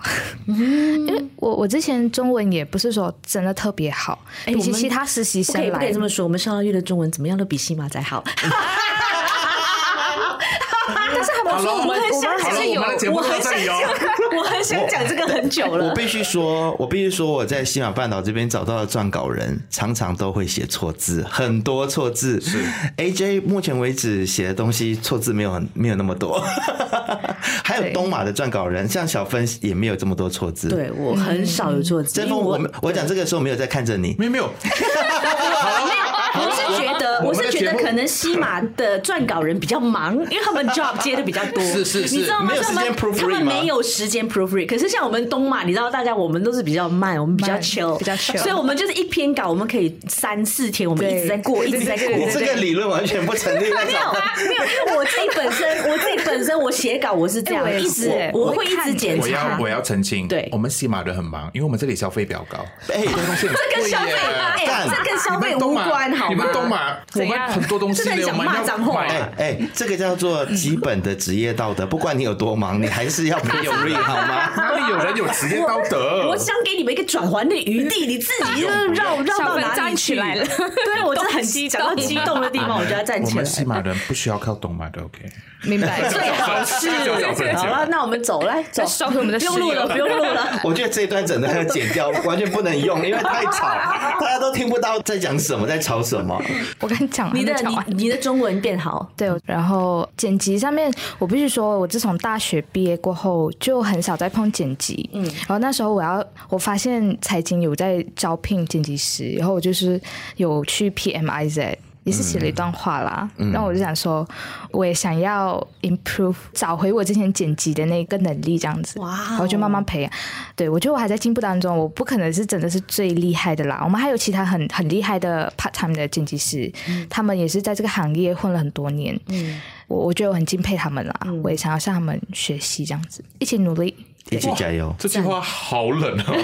Speaker 2: 嗯
Speaker 4: 因为我我之前中文也不是说真的特别好，
Speaker 2: 哎
Speaker 4: 比
Speaker 2: 我
Speaker 4: 起
Speaker 2: 们
Speaker 4: 其他实习
Speaker 2: 不
Speaker 4: 生
Speaker 2: 可以不可
Speaker 4: 来
Speaker 2: 以这，么说，我们上个月的中文怎么样都比西马仔好。但是还没
Speaker 3: Hello，
Speaker 2: 很想
Speaker 3: 好了，
Speaker 2: 是
Speaker 3: 我
Speaker 2: 有，
Speaker 3: 们的节目
Speaker 2: 我
Speaker 3: 到
Speaker 2: 很
Speaker 3: 这
Speaker 2: 想
Speaker 3: 里哦。
Speaker 2: 我很想讲这个很久
Speaker 1: 我
Speaker 2: 了。
Speaker 1: 必须说，我必须说，我在西马半岛这边找到的撰稿人，常常都会写错字，很多错字。是 AJ 目前为止写的东西错字没有很没有那么多，还有
Speaker 4: 对
Speaker 1: 东马的撰稿人，像小芬也没有这么多错字。，
Speaker 2: 对我很少有做字，
Speaker 1: 真
Speaker 2: 因为
Speaker 3: 嗯
Speaker 1: 峰，我
Speaker 2: 我
Speaker 1: 们我讲这个时候没有在看着你，
Speaker 3: 没有没有，
Speaker 2: 啊我是觉得，
Speaker 3: 啊我
Speaker 2: 我
Speaker 3: 们的
Speaker 2: 是觉
Speaker 3: 节
Speaker 2: 得
Speaker 3: 目
Speaker 2: 可能西马的撰稿人比较忙，因为他们 job 接的比较多，
Speaker 3: 是是是
Speaker 2: 你知道吗？
Speaker 1: 没有
Speaker 2: 他们
Speaker 1: 时间 proofread
Speaker 2: 他们
Speaker 1: 吗
Speaker 2: 没有时间 proofread。可是像我们东马，你知道，大家我们都是比较慢，我们比较
Speaker 4: 慢
Speaker 2: chill，
Speaker 4: 比较 chill
Speaker 2: 所以我们就是一篇稿，我们可以三四天，我们一直在过，一直在过。
Speaker 1: 你这个理论完全不成立。
Speaker 2: 没有啊没有，因为我自己本身，我自己本身我写稿我是这样，
Speaker 4: 哎我也
Speaker 2: 一
Speaker 4: 是
Speaker 2: 直
Speaker 4: 哎
Speaker 2: 我
Speaker 4: 我
Speaker 2: 会一直
Speaker 4: 看
Speaker 2: 检
Speaker 3: 我
Speaker 2: 查
Speaker 3: 要我。要澄清，
Speaker 2: 对
Speaker 3: 我们西马人很忙，因为我们这里消费比较高，
Speaker 1: 哎，
Speaker 2: 这跟消费，哎、
Speaker 1: 干
Speaker 2: 这跟消
Speaker 3: 你
Speaker 2: 费
Speaker 3: 们
Speaker 2: 无
Speaker 3: 东马
Speaker 2: 关，好吗？
Speaker 3: 你们东马，我
Speaker 4: 怎
Speaker 3: 们
Speaker 4: 样
Speaker 3: 很多东西
Speaker 2: 真的
Speaker 3: 呢，
Speaker 2: 很想
Speaker 3: 我们
Speaker 2: 骂
Speaker 3: 要
Speaker 2: 脏话
Speaker 3: 买
Speaker 1: 哎、哎、这个叫做基本的职业道德，不管你有多忙，你还是要 pre 好吗？
Speaker 3: 哪里有人有职业道德？
Speaker 2: 我想给你们一个转圜的余地，你自己就绕绕到
Speaker 4: 小
Speaker 2: 哪
Speaker 4: 芬
Speaker 2: 里
Speaker 4: 站
Speaker 2: 去
Speaker 4: 起来了
Speaker 2: 对我真的很激，讲到激动的地方，我就要站
Speaker 3: 我
Speaker 2: 起来
Speaker 3: 们。西马人不需要靠东马的，OK？
Speaker 4: 明白？
Speaker 2: 最好是
Speaker 3: 小小分
Speaker 2: 好了，那我们走，来走，
Speaker 4: 收回我们的
Speaker 2: 不用录了，不用录 了。
Speaker 1: 我觉得这一段整段要剪掉，完全不能用，因为太吵，大家都听不到在讲什么，在吵什么。
Speaker 4: 我跟你讲，
Speaker 2: 你的
Speaker 4: 还没讲完
Speaker 2: 你你的中文变好，
Speaker 4: 对，然后剪辑上面，我必须说，我自从大学毕业过后就很少再碰剪辑。嗯，然后那时候我要，我发现财经有在招聘剪辑师，然后我就是有去 PMIZ。也是写了一段话啦，然后我就想说，我也想要 improve，找回我之前剪辑的那个能力，这样子，
Speaker 2: 哇
Speaker 4: 然后就慢慢培养。对我觉得我还在进步当中，我不可能是真的是最厉害的啦。我们还有其他很很厉害的 part time 的剪辑师，
Speaker 2: 嗯
Speaker 4: 他们也是在这个行业混了很多年，嗯，我我觉得我很敬佩他们啦，
Speaker 2: 嗯
Speaker 4: 我也想要向他们学习，这样子一起努力。
Speaker 1: 一起加油！
Speaker 3: 这句话好 冷哦，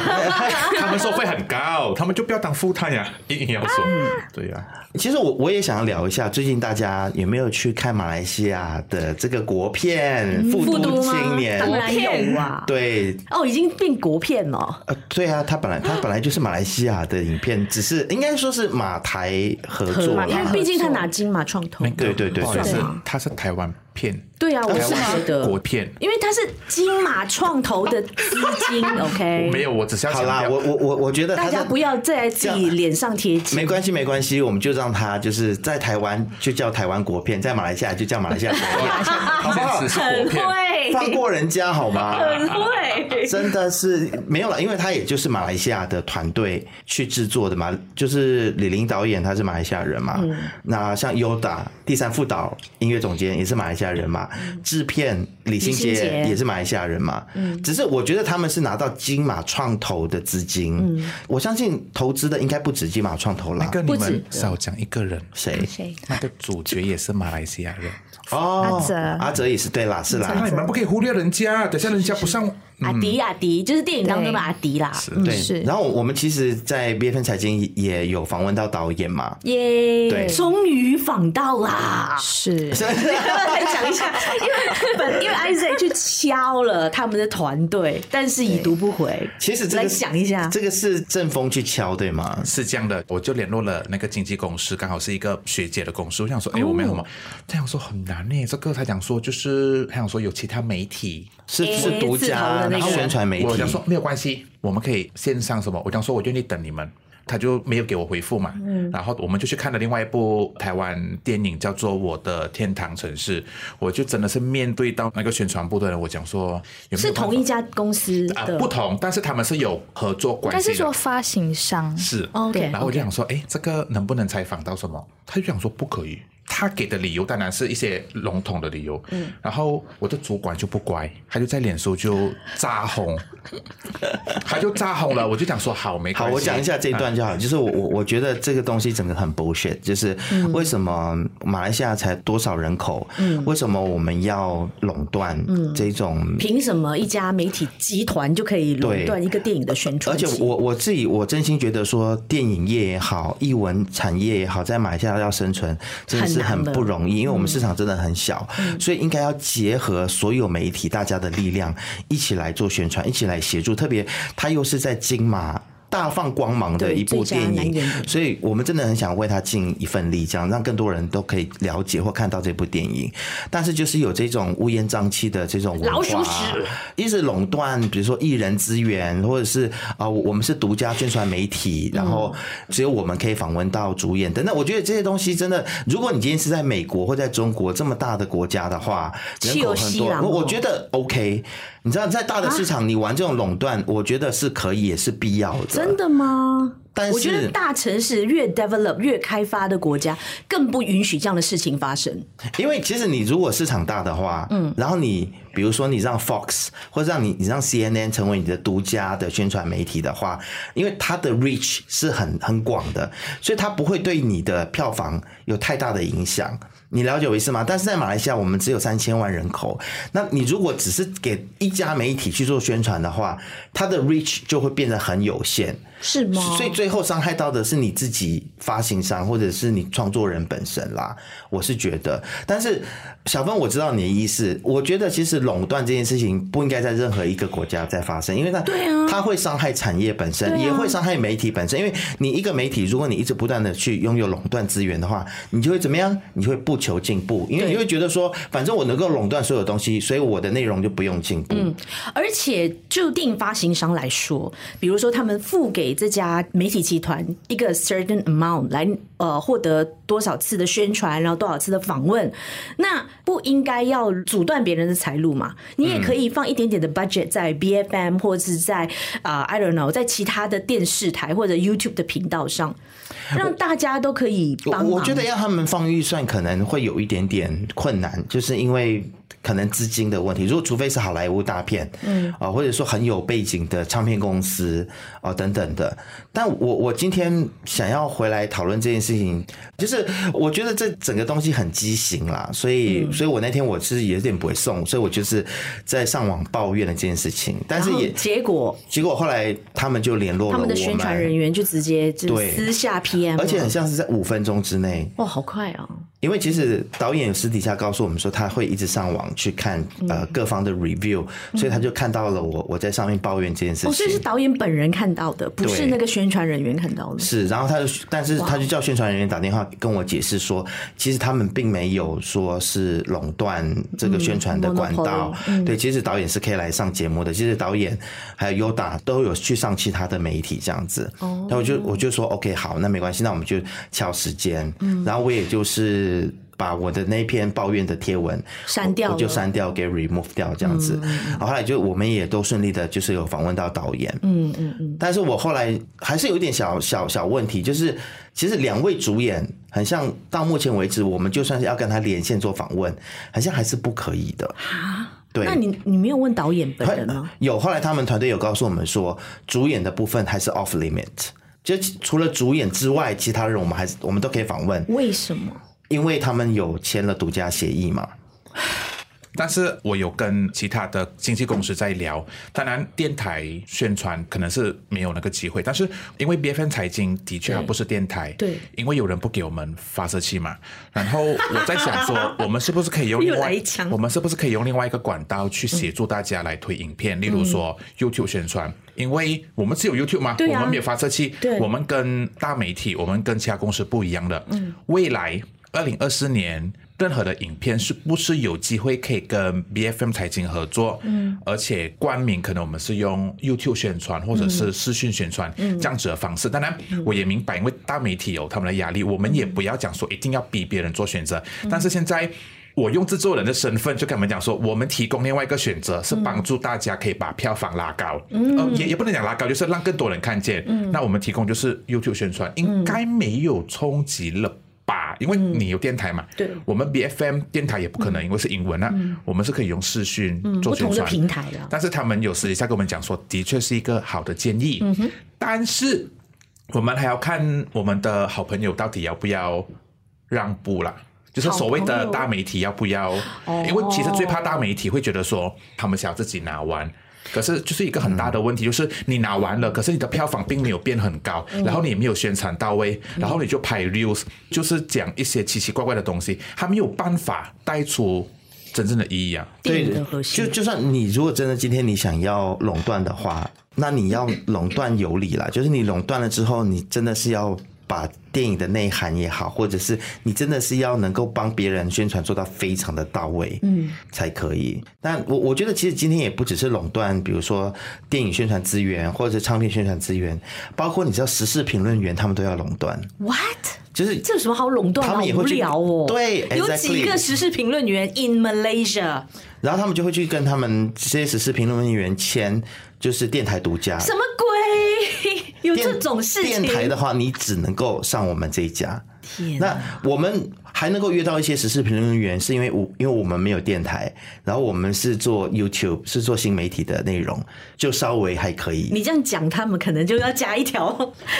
Speaker 3: 他们收费很高，他们就不要当富探呀，一定要说，
Speaker 2: 啊
Speaker 3: 对啊呀，
Speaker 1: 其实我我也想要聊一下，最近大家有没有去看马来西亚的这个国片《复读
Speaker 2: 嗯都吗
Speaker 1: 青年》？
Speaker 2: 当然有啊。
Speaker 1: 对，
Speaker 2: 哦，已经变国片了。
Speaker 1: 呃，对啊，他本来他本来就是马来西亚的影片，只是应该说是马台合作
Speaker 2: 因
Speaker 1: 啦
Speaker 2: 为。毕竟他拿金马创投
Speaker 3: 那，个
Speaker 1: 对对对
Speaker 3: 不好意思
Speaker 2: 对啊，
Speaker 3: 他是台湾片，
Speaker 2: 对啊，我
Speaker 3: 台
Speaker 2: 是
Speaker 3: 湾
Speaker 2: 觉得
Speaker 3: 国片，
Speaker 2: 因为它是金马创投的资 金，OK，
Speaker 3: 没有，我只是要
Speaker 1: 好
Speaker 3: 强
Speaker 1: 啦，我
Speaker 3: 调，
Speaker 1: 我我我觉得他
Speaker 2: 大
Speaker 1: 在
Speaker 2: 家不要再在自己脸上贴金。
Speaker 1: 没关系，没关系，我们就让他就是在台湾就叫台湾国片，在马来西亚就叫马来西亚国片，
Speaker 3: 好不好？只是
Speaker 2: 很
Speaker 3: 国 片，
Speaker 2: 会，
Speaker 1: 放过人家好吗？
Speaker 2: 很会。
Speaker 1: 真的是没有了，因为他也就是马来西亚的团队去制作的嘛，就是李林导演他是马来西亚人嘛，那像优达第三副导音乐总监也是马来西亚人嘛，制片李心
Speaker 2: 李
Speaker 1: 洁
Speaker 2: 心洁
Speaker 1: 也是马来西亚人嘛，只是我觉得他们是拿到金马创投的资金，我相信投资的应该不止金马创投啦，
Speaker 3: 跟你
Speaker 2: 不止
Speaker 3: 们少讲一个人，
Speaker 1: 谁？
Speaker 4: 谁？
Speaker 3: 那个主角也是马来西亚人，
Speaker 1: 哦，
Speaker 4: 阿哲
Speaker 1: 阿哲也是对啦，是啦
Speaker 3: 那，哎你们不可以忽略人家，等下人家不上，
Speaker 2: 阿迪阿
Speaker 3: 嗯
Speaker 2: 迪就是电影当中的阿迪啦，
Speaker 1: 对
Speaker 4: 是。
Speaker 1: 然后我们其实，在 B F N 财经也有访问到导演嘛，对
Speaker 2: 耶，终于访到啦。
Speaker 4: 是，
Speaker 2: 来 讲一下，因为本因为 Isaac 去敲了他们的团队，但是已读不回。
Speaker 1: 其实这个
Speaker 2: 来讲一下，
Speaker 1: 这个是正风去敲对吗？
Speaker 3: 是这样的，我就联络了那个经纪公司，刚好是一个学姐的公司。我想说，哎、我没
Speaker 2: 哦
Speaker 3: 有什么。他想说很难呢，这个他讲说就是，他想说有其他媒体，
Speaker 1: 是
Speaker 2: A
Speaker 1: 是独
Speaker 2: 字头的
Speaker 1: 家，
Speaker 2: 那
Speaker 1: 然后
Speaker 2: 个
Speaker 1: 宣传媒体
Speaker 3: 我。想说没有关系，我们可以线上什么？我想说我愿意等你们。他就没有给我回复嘛。
Speaker 2: 嗯
Speaker 3: 然后我们就去看了另外一部台湾电影，叫做《我的天堂城市》，我就真的是面对到那个宣传部的人，我讲说有没
Speaker 2: 是
Speaker 3: 有办法
Speaker 2: 同一家公司
Speaker 3: 啊、
Speaker 2: 的
Speaker 3: 不同，但是他们是有合作关哦
Speaker 4: 但
Speaker 3: 系
Speaker 4: 是
Speaker 3: 的。
Speaker 4: 说发行商
Speaker 3: 是
Speaker 2: OK，
Speaker 3: 然后我就想说，哎、这个能不能采访到什么？他就想说不可以。他给的理由当然是一些笼统的理由，嗯，然后我的主管就不乖，他就在脸书就扎红，他就扎红了，我就讲说好没关
Speaker 1: 好，
Speaker 3: 系，
Speaker 1: 我讲一下这一段就好。就是我我我觉得这个东西整个很 bullshit，就是
Speaker 2: 嗯
Speaker 1: 为什么马来西亚才多少人口，为什么我们要垄断
Speaker 2: 嗯
Speaker 1: 这种
Speaker 2: 凭什么一家媒体集团就可以垄断一个电影的宣传
Speaker 1: 而且
Speaker 2: 期？
Speaker 1: 我我自己我真心觉得说，电影业也好，艺文产业也好，在马来西亚要生存真的是很
Speaker 2: 很难的嗯
Speaker 1: 不容易，因为我们市场真的很小，所以应该要结合所有媒体大家的力量，一起来做宣传，一起来协助。特别它又是在金马。大放光芒的
Speaker 2: 对
Speaker 1: 一部
Speaker 2: 最
Speaker 1: 电
Speaker 2: 佳男
Speaker 1: 影
Speaker 2: 演员，
Speaker 1: 所以我们真的很想为他尽一份力，这样让更多人都可以了解或看到这部电影。但是就是有这种乌烟瘴气的这种文化啊
Speaker 2: 老鼠屎
Speaker 1: 一直垄断，比如说艺人资源，或者是啊、我我们是独家宣传媒体，然
Speaker 2: 嗯
Speaker 1: 后只有我们可以访问到主演等等。我觉得这些东西真的，如果你今天是在美国或在中国这么大的国家的话，人
Speaker 2: 岂
Speaker 1: 口
Speaker 2: 有
Speaker 1: 很
Speaker 2: 西
Speaker 1: 多，
Speaker 2: 郎
Speaker 1: 我我
Speaker 2: 哦啊
Speaker 1: 觉得 OK。你知道，在大的市场，你玩这种垄断，我觉得是可以，也是必要的。
Speaker 2: 真，的吗？
Speaker 1: 但是
Speaker 2: 我觉得大城市越 develop 越开发的国家，更不允许这样的事情发生。
Speaker 1: 因为其实你如果市场大的话，嗯，然后你比如说你让 Fox 或者让你你让 CNN 成为你的独家的宣传媒体的话，因为它的 reach 是很很广的，所以它不会对你的票房有太大的影响。你了解我意思吗？但是在马来西亚，我们只有三千万人口，那你如果只是给一家媒体去做宣传的话，它的 reach 就会变得很有限。
Speaker 2: 是吗？
Speaker 1: 所以最后伤害到的是你自己发行商或者是你创作人本身啦，我是觉得。但是小芬，我知道你的意思，我觉得其实垄断这件事情不应该在任何一个国家再发生，因为它对啊，它会伤害产业本身，
Speaker 2: 对啊
Speaker 1: 也会伤害媒体本身。因为你一个媒体，如果你一直不断的去拥有垄断资源的话，你就会怎么样？你会不求进步，因为你会觉得说，反正我能够垄断所有东西，所以我的内容就不用进
Speaker 2: 嗯
Speaker 1: 步。
Speaker 2: 而且就电影发行商来说，比如说他们付给这家媒体集团一个 certain amount 来呃获得多少次的宣传，然后多少次的访问，那不应该要阻断别人的财路嘛？你也可以放一点点的 budget 在 BFM 或者是在啊、呃 I don't know 在其他的电视台或者 YouTube 的频道上，让大家都可以帮忙。
Speaker 1: 我我觉得要他们放预算可能会有一点点困难，就是因为可能资金的问题。如果除非是好莱坞大片，嗯啊、或者说很有背景的唱片公司啊、等等的。但我我今天想要回来讨论这件事情，就是我觉得这整个东西很畸形啦，所以、
Speaker 2: 嗯
Speaker 1: 所以我那天我是有点不会送，所以我就是在上网抱怨了这件事情，但
Speaker 2: 然
Speaker 1: 是
Speaker 2: 后
Speaker 1: 也。
Speaker 2: 结果
Speaker 1: 结果后来他们就联络了
Speaker 2: 哦他
Speaker 1: 我
Speaker 2: 们的宣传人员就直接就
Speaker 1: 对
Speaker 2: 私下 PM，
Speaker 1: 而且
Speaker 2: 了
Speaker 1: 很像是在五分钟之内
Speaker 2: 哇，好快啊！
Speaker 1: 因为其实导演私底下告诉我们说，他会一直上网去看
Speaker 2: 嗯
Speaker 1: 呃各方的 review，、所以他就看到了我我在上面抱怨这件事情。
Speaker 2: 哦，所以是导演本人看到的，不是
Speaker 1: 对
Speaker 2: 那个宣传人员看到的。
Speaker 1: 是，然后他就，但是他就叫宣传人员打电话跟我解释说，其实他们并没有说是垄断这个宣传的管道
Speaker 2: 嗯 monopoly，，
Speaker 1: 对，其实导演是可以来上节目的，其实导演还有优达都有去上其他的媒体这样子，哦，那我就我就说 OK 好，那没关系，那我们就敲时间，然后我也就是。把我的那篇抱怨的贴文
Speaker 2: 删掉
Speaker 1: 我，我就
Speaker 2: 了
Speaker 1: 删掉，嗯给 remove 掉这样子。然后后来就我们也都顺利的，就是有访问到导演，嗯嗯嗯。但是我后来还是有一点小小小问题，就是其实两位主演很像到目前为止，我们就算是要跟他连线做访问，好像还是不可以的。对，
Speaker 2: 啊那你你没有问导演本人吗？
Speaker 1: 有，后来他们团队有告诉我们说，主演的部分还是 off limit。就除了主演之外，其他人我们还是我们都可以访问，
Speaker 2: 为什么？
Speaker 1: 因为他们有签了独家协议嘛。
Speaker 3: 但是我有跟其他的经纪公司在聊，当然电台宣传可能是没有那个机会，但是因为 B F N 财经的确它不是电台，
Speaker 2: 对
Speaker 3: 因为有人不给我们发射器嘛，然后我在想说，我们是不是可以用另
Speaker 2: 又
Speaker 3: 外
Speaker 2: 来一枪
Speaker 3: 我们是不是可以用另外一个管道去协助大家来推影片，例如说 YouTube 宣传，因为我们只有 YouTube 嘛，
Speaker 2: 嗯对啊
Speaker 3: 我们没有发射器
Speaker 2: 对，
Speaker 3: 我们跟大媒体，我们跟其他公司不一样的，未来。二零二四年任何的影片是不是有机会可以跟 B F M 财经合作？嗯，而且冠名可能我们是用 YouTube 宣传或者是视讯宣传这样子的方式。当然，我也明白，因为大媒体有他们的压力，我们也不要讲说一定要逼别人做选择。但是现在。我用制作人的身份就跟他们讲说，我们提供另外一个选择，是帮助大家可以把票房拉高，嗯，呃、也也不能讲拉高，就是让更多人看见。嗯、那我们提供就是 YouTube 宣传，
Speaker 2: 嗯
Speaker 3: 应该没有冲击了。吧，因为你有电台嘛，
Speaker 2: 对嗯
Speaker 3: 我们 B F M 电台也不可能，因为是英文啊，我们是可以用视讯做
Speaker 2: 不
Speaker 3: 宣
Speaker 2: 同的
Speaker 3: 传，
Speaker 2: 平台啦。
Speaker 3: 但是他们有私底下跟我们讲说，的确是一个好的建议，但是我们还要看我们的好朋友到底要不要让步啦。就是所谓
Speaker 2: 好
Speaker 3: 的
Speaker 2: 朋友
Speaker 3: 大媒体要不要？
Speaker 2: 哦
Speaker 3: 因为其实最怕大媒体会觉得说他们想要自己拿完，可是就是一个很大的问题，就是你拿完了，可是你的票房并没有变很高，然后你也没有宣传到位，然后你就拍 reels，就是讲一些奇奇怪怪的东西，还没有办法带出真正的意义啊。
Speaker 2: 电
Speaker 1: 对
Speaker 2: 影的核，心
Speaker 1: 就就算你如果真的今天你想要垄断的话，那你要垄断有理啦，就是你垄断了之后，你真的是要。把电影的内涵也好，或者是你真的是要能够帮别人宣传做到非常的到位，嗯，才可以。但我我觉得其实今天也不只是垄断，比如说电影宣传资源或者是唱片宣传资源，包括你知道时事评论员他们都要垄断，
Speaker 2: What？
Speaker 1: 就是
Speaker 2: 这有什么好垄断
Speaker 1: 他
Speaker 2: 啊？
Speaker 1: 们也
Speaker 2: 无
Speaker 1: 会去
Speaker 2: 聊哦。
Speaker 1: 对
Speaker 2: 有
Speaker 1: exactly
Speaker 2: 几个时事评论员 in Malaysia，
Speaker 1: 然后他们就会去跟他们这些时事评论员签，就是电台独家。
Speaker 2: 什么鬼？ 有
Speaker 1: 电
Speaker 2: 这种事情？
Speaker 1: 电台的话，你只能够上我们这一家。
Speaker 2: 天啊哪
Speaker 1: 那我们还能够约到一些时事评论员，是因为我因为我们没有电台，然后我们是做 YouTube，是做新媒体的内容，就稍微还可以。
Speaker 2: 你这样讲，他们可能就要加一条，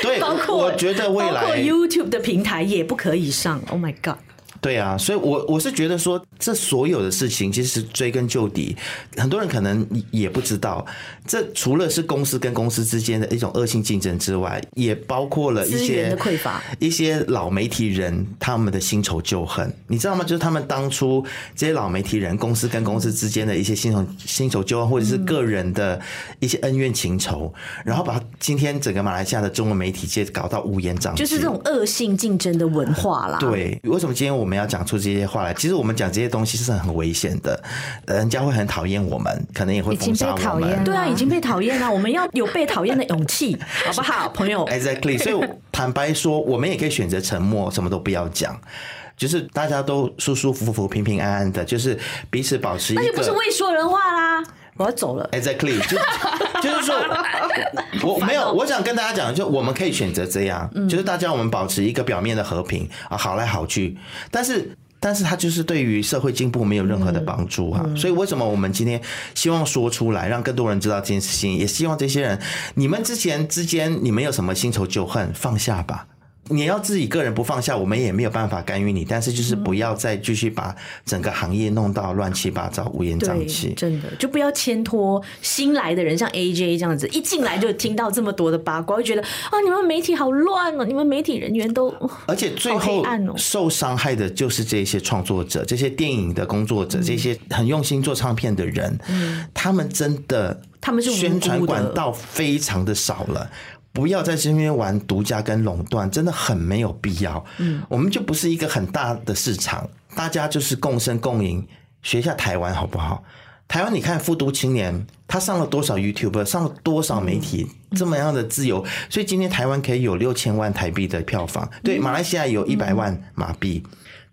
Speaker 1: 对
Speaker 2: 包括
Speaker 1: 我觉得未来
Speaker 2: 包括 YouTube 的平台也不可以上。Oh my god！
Speaker 1: 对啊，所以我，我是觉得说，这所有的事情其实追根究底，很多人可能也不知道，这除了是公司跟公司之间的一种恶性竞争之外，也包括了一
Speaker 2: 资源
Speaker 1: 些
Speaker 2: 的匮乏，
Speaker 1: 一些老媒体人他们的新仇旧恨，你知道吗？就是他们当初这些老媒体人，公司跟公司之间的一些新仇新仇旧恨，或者是个人的一些恩怨情仇，然后把今天整个马来西亚的中文媒体界搞到乌烟瘴气，
Speaker 2: 就是这种恶性竞争的文化啦。，
Speaker 1: 对，为什么今天我们要讲出这些话来？其实我们讲这些东西是很危险的，呃人家会很讨厌我们，可能也会
Speaker 4: 已
Speaker 1: 封
Speaker 4: 经
Speaker 1: 杀
Speaker 4: 被
Speaker 1: 我
Speaker 4: 讨
Speaker 1: 们
Speaker 4: 厌。
Speaker 2: 对啊，已经被讨厌了，我们要有被讨厌的 勇气，好不
Speaker 1: 哎
Speaker 2: 好，朋友？
Speaker 1: Exactly，所以我坦白说，我们也可以选择沉默，什么都不要讲，就是大家都舒舒服服、平平安安的，就是彼此保持一
Speaker 2: 那就不是
Speaker 1: 个。
Speaker 2: 未说人话啦。我要走了。
Speaker 1: Exactly，就 就是说，我没
Speaker 2: 哦
Speaker 1: 有，我想跟大家讲，就我们可以选择这样，
Speaker 2: 嗯
Speaker 1: 就是大家我们保持一个表面的和平啊，好来好去，但是。但是它就是对于社会进步没有任何的帮助啊，
Speaker 2: 嗯
Speaker 1: 所以为什么我们今天希望说出来，让更多人知道这件事情，也希望这些人，你们之前之间你们有什么新仇旧恨，放下吧。你要自己个人不放下，我们也没有办法干预你，但是就是不要再继续把整个行业弄到乱七八糟、乌烟瘴
Speaker 2: 对，
Speaker 1: 气。
Speaker 2: 真的就不要牵拖新来的人，像 AJ 这样子，一进来就听到这么多的八卦，会觉得啊，你们媒体好乱哦，你们媒体人员都
Speaker 1: 而且最
Speaker 2: 好黑
Speaker 1: 后
Speaker 2: 暗哦
Speaker 1: 受伤害的就是这些创作者、这些电影的工作者、这些很用心做唱片的人，他们真的
Speaker 2: 嗯他们是无辜的
Speaker 1: 宣传管道非常的少了。不要在这边玩独家跟垄断，真的很没有必要。嗯，我们就不是一个很大的市场，大家就是共生共赢，学一下台湾好不好？台湾，你看《复读青年》，他上了多少 YouTube，上了多少媒体，这么样的自由，所以今天台湾可以有六千万台币的票房，对，马来西亚有一百万马币。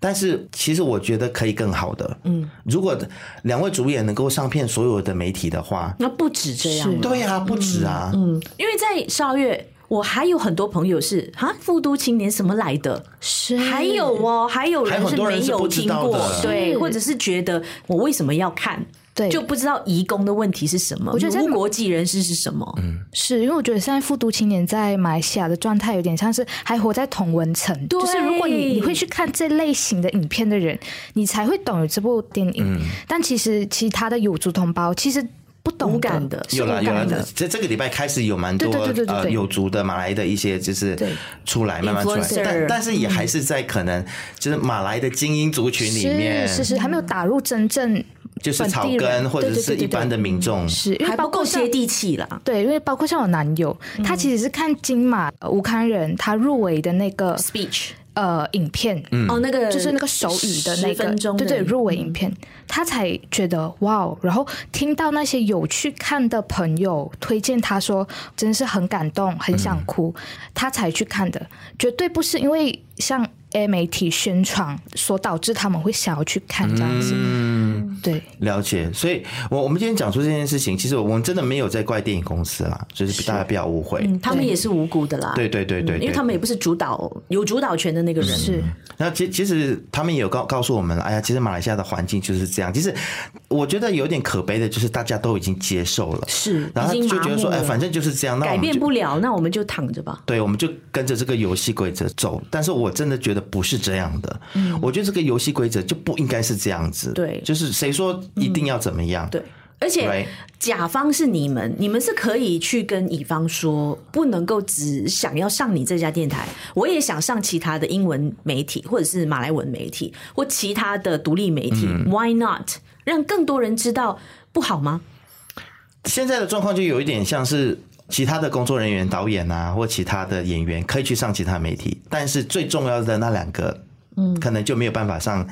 Speaker 1: 但是其实我觉得可以更好的，嗯，如果两位主演能够上片所有的媒体的话，
Speaker 2: 那不止这样
Speaker 4: 是
Speaker 2: 了，
Speaker 1: 对啊，不止啊，嗯，
Speaker 2: 因为在少月。我还有很多朋友是啊，复都青年什么来的？
Speaker 4: 是
Speaker 2: 还有哦，还
Speaker 1: 嗯
Speaker 2: 有
Speaker 1: 还有
Speaker 2: 是
Speaker 1: 很多人
Speaker 2: 没
Speaker 1: 是
Speaker 2: 有
Speaker 1: 不知
Speaker 2: 听
Speaker 1: 道
Speaker 2: 过
Speaker 1: 的，
Speaker 2: 对，
Speaker 4: 是
Speaker 2: 或者是觉得我为什么要看？
Speaker 4: 对
Speaker 2: 就不知道移工的问题是什么，
Speaker 4: 我觉得在
Speaker 2: 无国籍人士是什么？
Speaker 1: 嗯
Speaker 4: 是因为我觉得现在复读青年在马来西亚的状态有点像是还活在同文层，
Speaker 2: 对
Speaker 4: 就是如果你你会去看这类型的影片的人，你才会懂有这部电影。
Speaker 1: 嗯
Speaker 4: 但其实其他的有族同胞其实不懂
Speaker 2: 无感的
Speaker 4: 是
Speaker 1: 有
Speaker 4: 无
Speaker 1: 啦
Speaker 4: 感
Speaker 1: 有啦
Speaker 4: 的，，
Speaker 1: 这这个礼拜开始有蛮多
Speaker 4: 对对对对对
Speaker 1: 呃
Speaker 4: 对
Speaker 1: 有族的马来的一些就是
Speaker 4: 对嗯
Speaker 1: 出来慢慢出来，
Speaker 2: Influencer
Speaker 1: 但但是也还是在可能就是马来的精英族群里面，
Speaker 4: 是是是，还没有打入真正
Speaker 1: 就是
Speaker 4: 本
Speaker 1: 草
Speaker 4: 地人
Speaker 1: 根或者
Speaker 4: 对对
Speaker 1: 是
Speaker 4: 对对
Speaker 1: 一般的
Speaker 4: 对
Speaker 1: 民众，
Speaker 4: 是因为
Speaker 2: 还
Speaker 4: 包
Speaker 2: 不够
Speaker 4: 括像
Speaker 2: 接地嗯气啦。
Speaker 4: 对，因为包括像我男友，他其实是看金马呃吴康仁他入围的那个
Speaker 2: Speech
Speaker 4: 呃影片，嗯，
Speaker 2: 哦，那个
Speaker 4: 就是那个手语的那
Speaker 2: 10分
Speaker 4: 个，
Speaker 2: 钟的嗯
Speaker 4: 对对，入围影片，他才觉得哇哦。然后听到那些有去看的朋友推荐，他说真是很感动，很
Speaker 2: 嗯
Speaker 4: 想哭，他才去看的，绝对不是因为像 A 媒体宣传所导致他们会想要去看这样子，
Speaker 2: 嗯
Speaker 4: 对。
Speaker 1: 了解，所以我我们今天讲出这件事情，其实我们真的没有在怪电影公司啦，就是大家不要误会。
Speaker 2: 嗯他们也是无辜的啦。
Speaker 1: 对对对对
Speaker 2: 嗯因为
Speaker 1: 对嗯
Speaker 2: 他们也不是主导有主导权的那个人。
Speaker 4: 是，
Speaker 1: 那其其实他们也有告告诉我们了，哎呀，其实马来西亚的环境就是这样。其实我觉得有点可悲的，就是大家都已经接受了，
Speaker 2: 是，
Speaker 1: 然后
Speaker 2: 已
Speaker 1: 就觉
Speaker 2: 经麻
Speaker 1: 得
Speaker 2: 木
Speaker 1: 说，哎，
Speaker 2: 了
Speaker 1: 反正就是这样，那我
Speaker 2: 改
Speaker 1: 们
Speaker 2: 变
Speaker 1: 就
Speaker 2: 不了，那我们就躺着吧。
Speaker 1: 对，我们就跟着这个游戏规则走。但是我真的觉得不是这样的，我觉得这个游戏规则就不应该是这样子。
Speaker 2: 嗯对
Speaker 1: 就是谁说一定要怎么样？
Speaker 2: 对，而
Speaker 1: Right
Speaker 2: 且甲方是你们，你们是可以去跟乙方说，不能够只想要上你这家电台，我也想上其他的英文媒体，或者是马来文媒体，或其他的独立媒体、w
Speaker 1: 嗯
Speaker 2: h y not？让更多人知道，不好吗？
Speaker 1: 现在的状况就有一点像是其他的工作人员、导演啊，或其他的演员可以去上其他媒体，但是最重要的那两个，嗯，可能就没有办法上。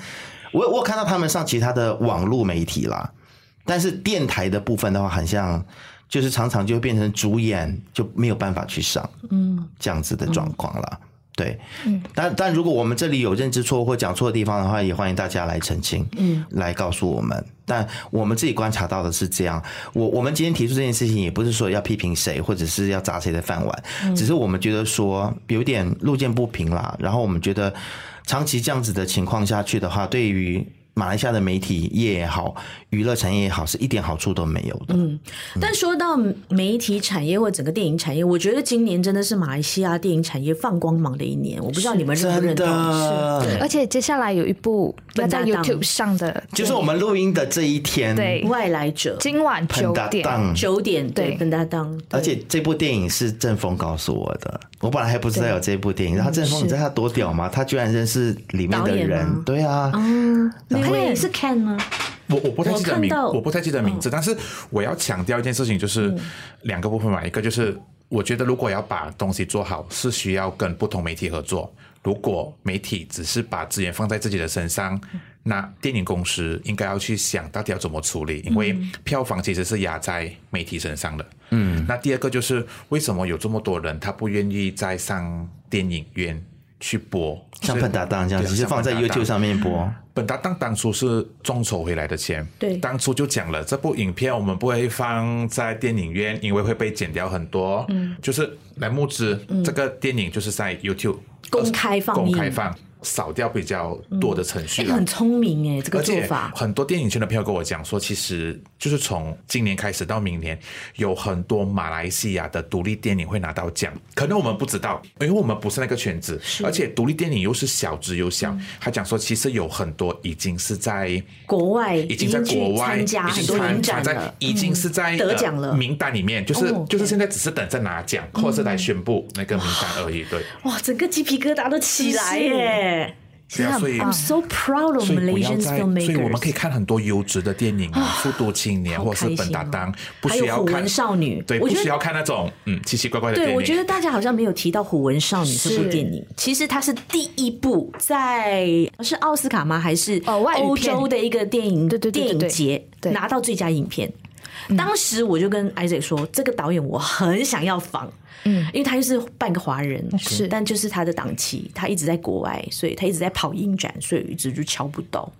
Speaker 1: 我我有看到他们上其他的网络媒体啦，但是电台的部分的话，很像就是常常就会变成主演就没有办法去上，嗯，这样子的状况啦。对，但但如果我们这里有认知错或讲错的地方的话，也欢迎大家来澄清，嗯，来告诉我们。但我们自己观察到的是这样，我我们今天提出这件事情，也不是说要批评谁，或者是要砸谁的饭碗，
Speaker 4: 嗯
Speaker 1: 只是我们觉得说有点路见不平啦。然后我们觉得长期这样子的情况下去的话，对于马来西亚的媒体业也好，娱乐产业也好，是一点好处都没有
Speaker 4: 嗯
Speaker 1: 的。嗯
Speaker 2: 但说到媒体产业或整个电影产业，我觉得今年真的是马来西亚电影产业放光芒的一年。我不知道你们认不认
Speaker 1: 真
Speaker 2: 同？
Speaker 1: 的，
Speaker 4: 而且接下来有一部要在
Speaker 2: 笨搭档
Speaker 4: YouTube 上的，
Speaker 1: 就是我们录音的这一天，
Speaker 4: 对
Speaker 2: 外来者
Speaker 4: 今晚九
Speaker 1: 很搭
Speaker 4: 点，
Speaker 1: 档，
Speaker 2: 九点对
Speaker 4: 对
Speaker 2: 跟搭档，对
Speaker 1: 而且这部电影是郑峰告诉我的，我本来还不知道有这部电影。然后郑峰，你知道他多屌吗？他居然认识里面
Speaker 2: 导
Speaker 1: 的
Speaker 2: 演
Speaker 1: 人
Speaker 2: 吗，哦
Speaker 1: 对啊，
Speaker 4: 嗯
Speaker 2: 那位是 Ken 吗？
Speaker 3: 我我不太记
Speaker 2: 我
Speaker 3: 得
Speaker 2: 看
Speaker 3: 名，
Speaker 2: 到嗯
Speaker 3: 我不太记得名字，但是我要强调一件事情，就是两个部分嘛，一个就是我觉得如果要把东西做好，是需要跟不同媒体合作。如果媒体只是把资源放在自己的身上，
Speaker 2: 嗯
Speaker 3: 那电影公司应该要去想到底要怎么处理，因为
Speaker 2: 嗯
Speaker 3: 票房其实是压在媒体身上的。嗯，那第二个就是为什么有这么多人他不愿意再上电影院去播，
Speaker 1: 像
Speaker 3: 是
Speaker 1: 笨搭档这样，
Speaker 3: 对啊
Speaker 1: 只是
Speaker 3: 像
Speaker 1: 放在
Speaker 3: 笨搭档
Speaker 1: YouTube 上面播。
Speaker 3: 本搭档当初是众筹回来的钱，
Speaker 2: 对
Speaker 3: 当初就讲了这部影片我们不会放在电影院，因为会被剪掉很多，嗯，就是来募资，这个电影就是在 YouTube
Speaker 2: 嗯
Speaker 3: 呃
Speaker 2: 公开放映
Speaker 3: 公开放，少掉比较多的程序
Speaker 2: 哎、
Speaker 3: 啦
Speaker 2: 很聪明哎、这个
Speaker 3: 而
Speaker 2: 做
Speaker 3: 且
Speaker 2: 法。
Speaker 3: 很多电影圈的朋友跟我讲说，其实就是从今年开始到明年，有很多马来西亚的独立电影会拿到奖，可能我们不知道，因为我们不是那个圈子，而且独立电影又是小之又小。
Speaker 2: 嗯
Speaker 3: 他讲说，其实有很多已经是在。
Speaker 2: 国外
Speaker 3: 已
Speaker 2: 已
Speaker 3: 经在
Speaker 2: 去
Speaker 3: 国外，
Speaker 2: 参加
Speaker 3: 已
Speaker 2: 很
Speaker 3: 经
Speaker 2: 多影
Speaker 3: 参
Speaker 2: 展
Speaker 3: 参
Speaker 2: 了嗯
Speaker 3: 在，，已经是在
Speaker 2: 得
Speaker 3: 呃
Speaker 2: 奖了
Speaker 3: 名单里面，就是
Speaker 2: 哦嗯
Speaker 3: 就是
Speaker 2: 对
Speaker 3: 现在只是等着拿奖，或是来宣布那个名单而已。对，
Speaker 2: 哇，整个鸡皮疙瘩都起来耶
Speaker 4: 其实
Speaker 3: 对啊
Speaker 4: 很
Speaker 3: 所以
Speaker 4: 棒
Speaker 2: ！I'm so proud of
Speaker 3: 所以不要
Speaker 2: Malaysian
Speaker 3: 再，所以我们可以
Speaker 2: filmmakers。
Speaker 3: 看很多优质的电影啊，《复读青年》
Speaker 2: 好哦
Speaker 3: 或者是《本达当》，不
Speaker 2: 还
Speaker 3: 需
Speaker 2: 有
Speaker 3: 要
Speaker 2: 虎
Speaker 3: 看
Speaker 2: 纹少女，
Speaker 3: 对，
Speaker 2: 我
Speaker 3: 不
Speaker 2: 觉
Speaker 3: 需
Speaker 2: 得
Speaker 3: 要看那种嗯奇奇怪怪的电
Speaker 2: 对，
Speaker 3: 影。
Speaker 2: 我觉得大家好像没有提到《虎纹少女》这部
Speaker 4: 是
Speaker 2: 电影，其实它是第一部在呃是奥斯卡吗？还是
Speaker 4: 哦外语
Speaker 2: 欧
Speaker 4: 片
Speaker 2: 洲的一个电影
Speaker 4: 对对对对对
Speaker 2: 电影节
Speaker 4: 对嗯
Speaker 2: 拿到最佳影片。当时我就跟 Isaac 说，这个导演我很想要访，嗯，因为他就是半个华人，
Speaker 4: 是
Speaker 2: 但就是他的档期，他一直在国外，所以他一直在跑影展，所以一直就敲不到。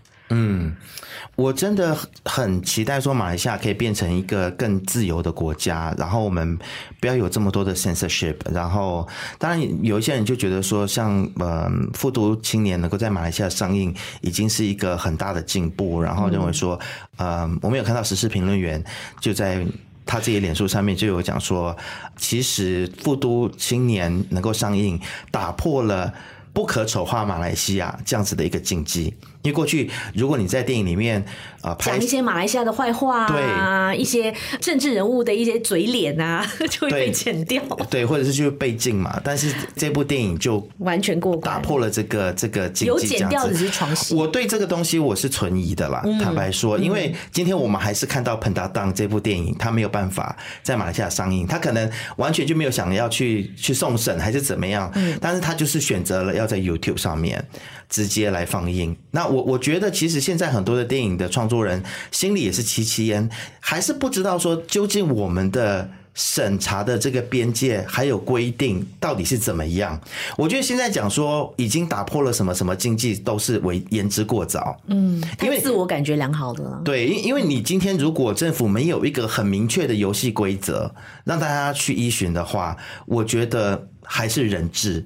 Speaker 1: 我真的很很期待说马来西亚可以变成一个更自由的国家，然后我们不要有这么多的 censorship。然后，当然有一些人就觉得说像，呃复读青年能够在马来西亚上映，已经是一个很大的进步。然后认为说，呃，我们有看到时事评论员就在。他自己脸书上面就有讲说，其实《复都青年》能够上映，打破了不可丑化马来西亚这样子的一个禁忌，因为过去如果你在电影里面啊、呃
Speaker 2: 讲
Speaker 1: 拍
Speaker 2: 一些马来西亚的坏话啊，一些政治人物的一些嘴脸啊， 就会被
Speaker 1: 对
Speaker 2: 剪掉，
Speaker 1: 对，或者是去被禁嘛，但是这部电影就
Speaker 2: 完全过
Speaker 1: 打
Speaker 2: 关。
Speaker 1: 破了这个这个禁
Speaker 2: 有
Speaker 1: 忌，这
Speaker 2: 剪
Speaker 1: 样
Speaker 2: 掉
Speaker 1: 子
Speaker 2: 只是床戏，嗯
Speaker 1: 我对这个东西我是存疑的啦，坦白说，因为今天我们还是看到《彭达当》这部电影，它没有办法在马来西亚上映，它可能完全就没有想要去去送审还是怎么样，
Speaker 2: 嗯
Speaker 1: 但是它就是选择了要在 YouTube 上面直接来放映。那我我觉得，其实现在很多的电影的创作人心里也是戚戚焉，还是不知道说究竟我们的。审查的这个边界还有规定到底是怎么样？我觉得现在讲说已经打破了什么什么禁忌，都是为言之过早。嗯，因
Speaker 2: 太
Speaker 1: 为
Speaker 2: 自我感觉良好的了。
Speaker 1: 对，因因为你今天如果政府没有一个很明确的游戏规则让大家去依循的话，我觉得还是人治。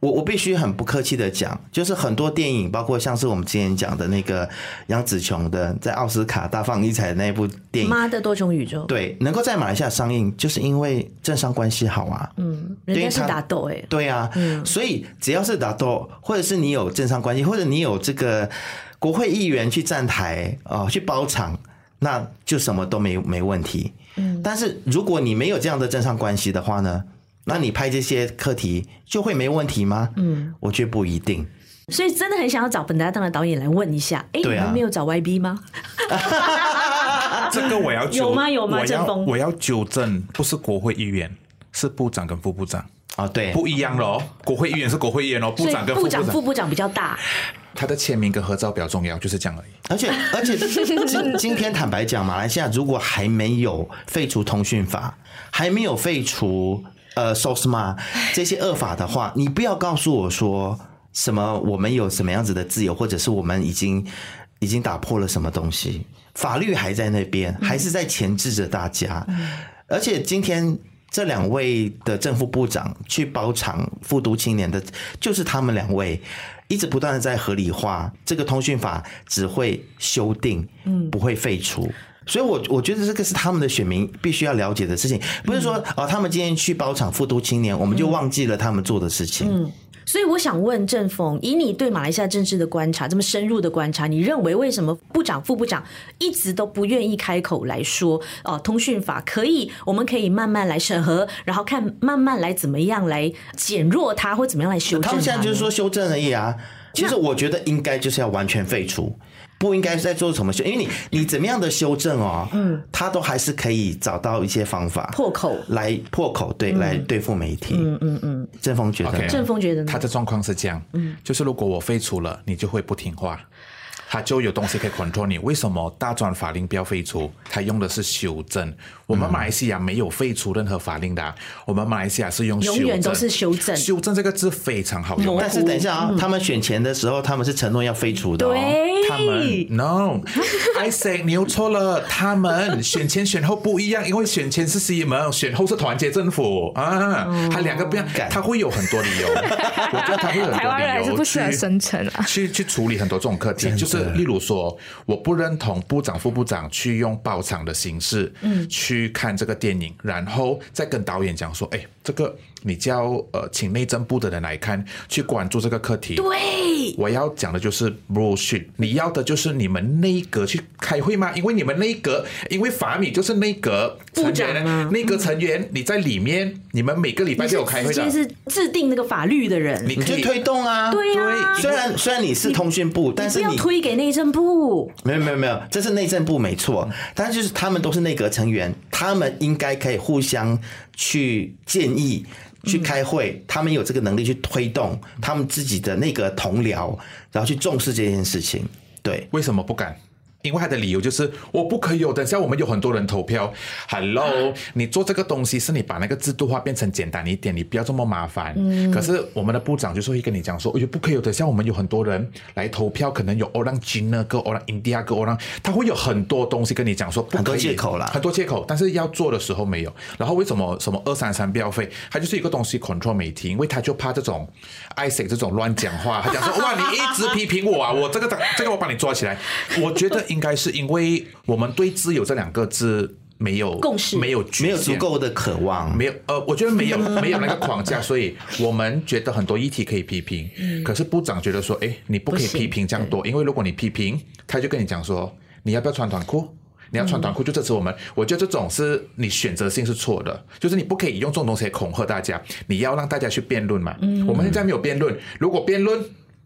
Speaker 1: 我我必须很不客气的讲，就是很多电影，包括像是我们之前讲的那个杨紫琼的在奥斯卡大放异彩的那部电影，
Speaker 2: 妈的多重宇宙，
Speaker 1: 对，能够在马来西亚上映，就是因为政商关系好啊。
Speaker 2: 嗯，人家是打斗哎、欸，
Speaker 1: 对啊，所以只要是打斗，或者是你有政商关系，或者你有这个国会议员去站台啊、呃去包场，那就什么都没没问题。嗯，但是如果你没有这样的政商关系的话呢，那你拍这些课题就会没问题吗？嗯，我觉得不一定。
Speaker 2: 所以真的很想要找本搭档的导演来问一下，哎、
Speaker 1: 对啊
Speaker 2: 你们没有找 YB 吗？
Speaker 5: 这个我要纠
Speaker 2: 有吗有吗
Speaker 5: 我
Speaker 2: 郑
Speaker 5: 要
Speaker 2: 峰
Speaker 5: 我要纠正，不是国会议员，是部长跟副部 长。
Speaker 1: 啊、对，
Speaker 5: 不一样了哦，国会议员是国会议员哦，部
Speaker 2: 所以
Speaker 5: 长跟副
Speaker 2: 部
Speaker 5: 部
Speaker 2: 长、
Speaker 5: 长
Speaker 2: 副部长比较大，
Speaker 3: 他的签名跟合照比较重要，就是这样而已。
Speaker 1: 而且而且今今天坦白讲，马来西亚如果还没有废除通讯法，还没有废除呃 SOSMA 这些恶法的话，你不要告诉我说什么我们有什么样子的自由，或者是我们已经已经打破了什么东西，法律还在那边，还是在钳制着大家。而且今天这两位的正副部长去包场复读青年的，就是他们两位一直不断的在合理化这个通讯法，只会修订，嗯，不会废除。所以我，我觉得这个是他们的选民必须要了解的事情，不是说啊、哦，他们今天去包场复读青年，我们就忘记了他们做的事情。
Speaker 2: 所以我想问郑峰，以你对马来西亚政治的观察，这么深入的观察，你认为为什么部长、副部长一直都不愿意开口来说，哦、通讯法可以，我们可以慢慢来审核，然后看慢慢来怎么样来减弱它，或怎么样来修正它呢？
Speaker 1: 他们现在就是说修正而已啊。其实我觉得应该就是要完全废除，不应该再做什么修，因为你你怎么样的修正哦，嗯，他都还是可以找到一些方法
Speaker 2: 破口。
Speaker 1: 来破口，对，
Speaker 2: 嗯
Speaker 1: 来对付媒体。嗯嗯嗯，郑峰觉得
Speaker 3: OK
Speaker 2: 郑峰觉得呢
Speaker 3: 他？的状况是这样，
Speaker 2: 嗯
Speaker 3: 就是如果我废除了，你就会不听话，他就有东西可以 control 你。为什么大转法令不要废除？他用的是修正。我们马来西亚没有废除任何法令的啊、我们马来西亚是用修正
Speaker 2: 永远都是修正
Speaker 3: 修正这个字非常好用。
Speaker 1: 但是等一下啊、他们选前的时候，他们是承诺要废除的、哦，
Speaker 2: 嗯对，
Speaker 3: 他们 no，I say 你又错了。他们选前选后不一样，因为选前是 C 盟，选后是团结政府啊，他两个不一样，他会有很多理由。我觉得他会有很多理由
Speaker 4: 台湾人还是不适合
Speaker 3: 去
Speaker 4: 生存啊。
Speaker 3: 去去处理很多这种课题，就是例如说，我不认同部长、副部长去用包场的形式，嗯，去看这个电影，然后再跟导演讲说，哎，这个你叫呃，请内政部的人来看，去关注这个课题。
Speaker 2: 对，
Speaker 3: 我要讲的就是 bullshit，你要的就是你们内阁去开会吗？因为你们内阁，因为法米就是内阁
Speaker 2: 部
Speaker 3: 成
Speaker 2: 长啊
Speaker 3: 员
Speaker 2: 吗
Speaker 3: 呢，内阁成员你在里面，你们每个礼拜
Speaker 2: 你
Speaker 3: 都
Speaker 2: 是
Speaker 3: 有开
Speaker 2: 直
Speaker 3: 会
Speaker 2: 接，
Speaker 3: 的
Speaker 2: 是制定那个法律的人，
Speaker 3: 你
Speaker 1: 你
Speaker 3: 可
Speaker 1: 就
Speaker 3: 以
Speaker 1: 推动啊。
Speaker 2: 对啊
Speaker 1: 虽然虽然你是通讯部，但
Speaker 2: 不
Speaker 1: 是
Speaker 2: 要
Speaker 1: 你
Speaker 2: 推给内政部。
Speaker 1: 没有没有没有，这是内政部没错，但就是他们都是内阁成员，他们应该可以互相去建议、去开
Speaker 2: 嗯
Speaker 1: 会，他们有这个能力去推动他们自己的内阁同僚，然后去重视这件事情。对，
Speaker 3: 为什么不敢？因为他的理由就是我不可以哦有，等下我们有很多人投票。Hello，你做这个东西是你把那个制度化变成简单一点，你不要这么麻烦。
Speaker 1: 嗯
Speaker 3: 可是我们的部长就是会跟你讲说，哎呦不可以有，等下我们有很多人来投票，可能有 Orang China 跟 Orang India 跟 Orang，他会有很多东西跟你讲说不可以，
Speaker 1: 很多借口啦
Speaker 3: 很多借口，但是要做的时候没有。然后为什么什么二三三标费，他就是一个东西 control 媒体，因为他就怕这种 Isaac 这种乱讲话，他讲说哇你一直批评我啊， 我这个这个我把你抓起来。我觉得应该是因为我们对“自由”这两个字没有
Speaker 2: 共识
Speaker 3: 没有局
Speaker 1: 没有足
Speaker 3: 限
Speaker 1: 够的渴望，
Speaker 3: 没有，呃，我觉得没有没有那个框架，所以我们觉得很多议题可以批评，可是部长觉得说，哎，你不可以
Speaker 2: 嗯不行
Speaker 3: 批评这样多，因为如果你批评，他就跟你讲说，你要不要穿短裤？你要穿短裤就支持我们，我觉得这种是你选择性是错的，就是你不可以用这种东西来恐吓大家，你要让大家去辩论嘛。我们现在没有辩论，如果辩论，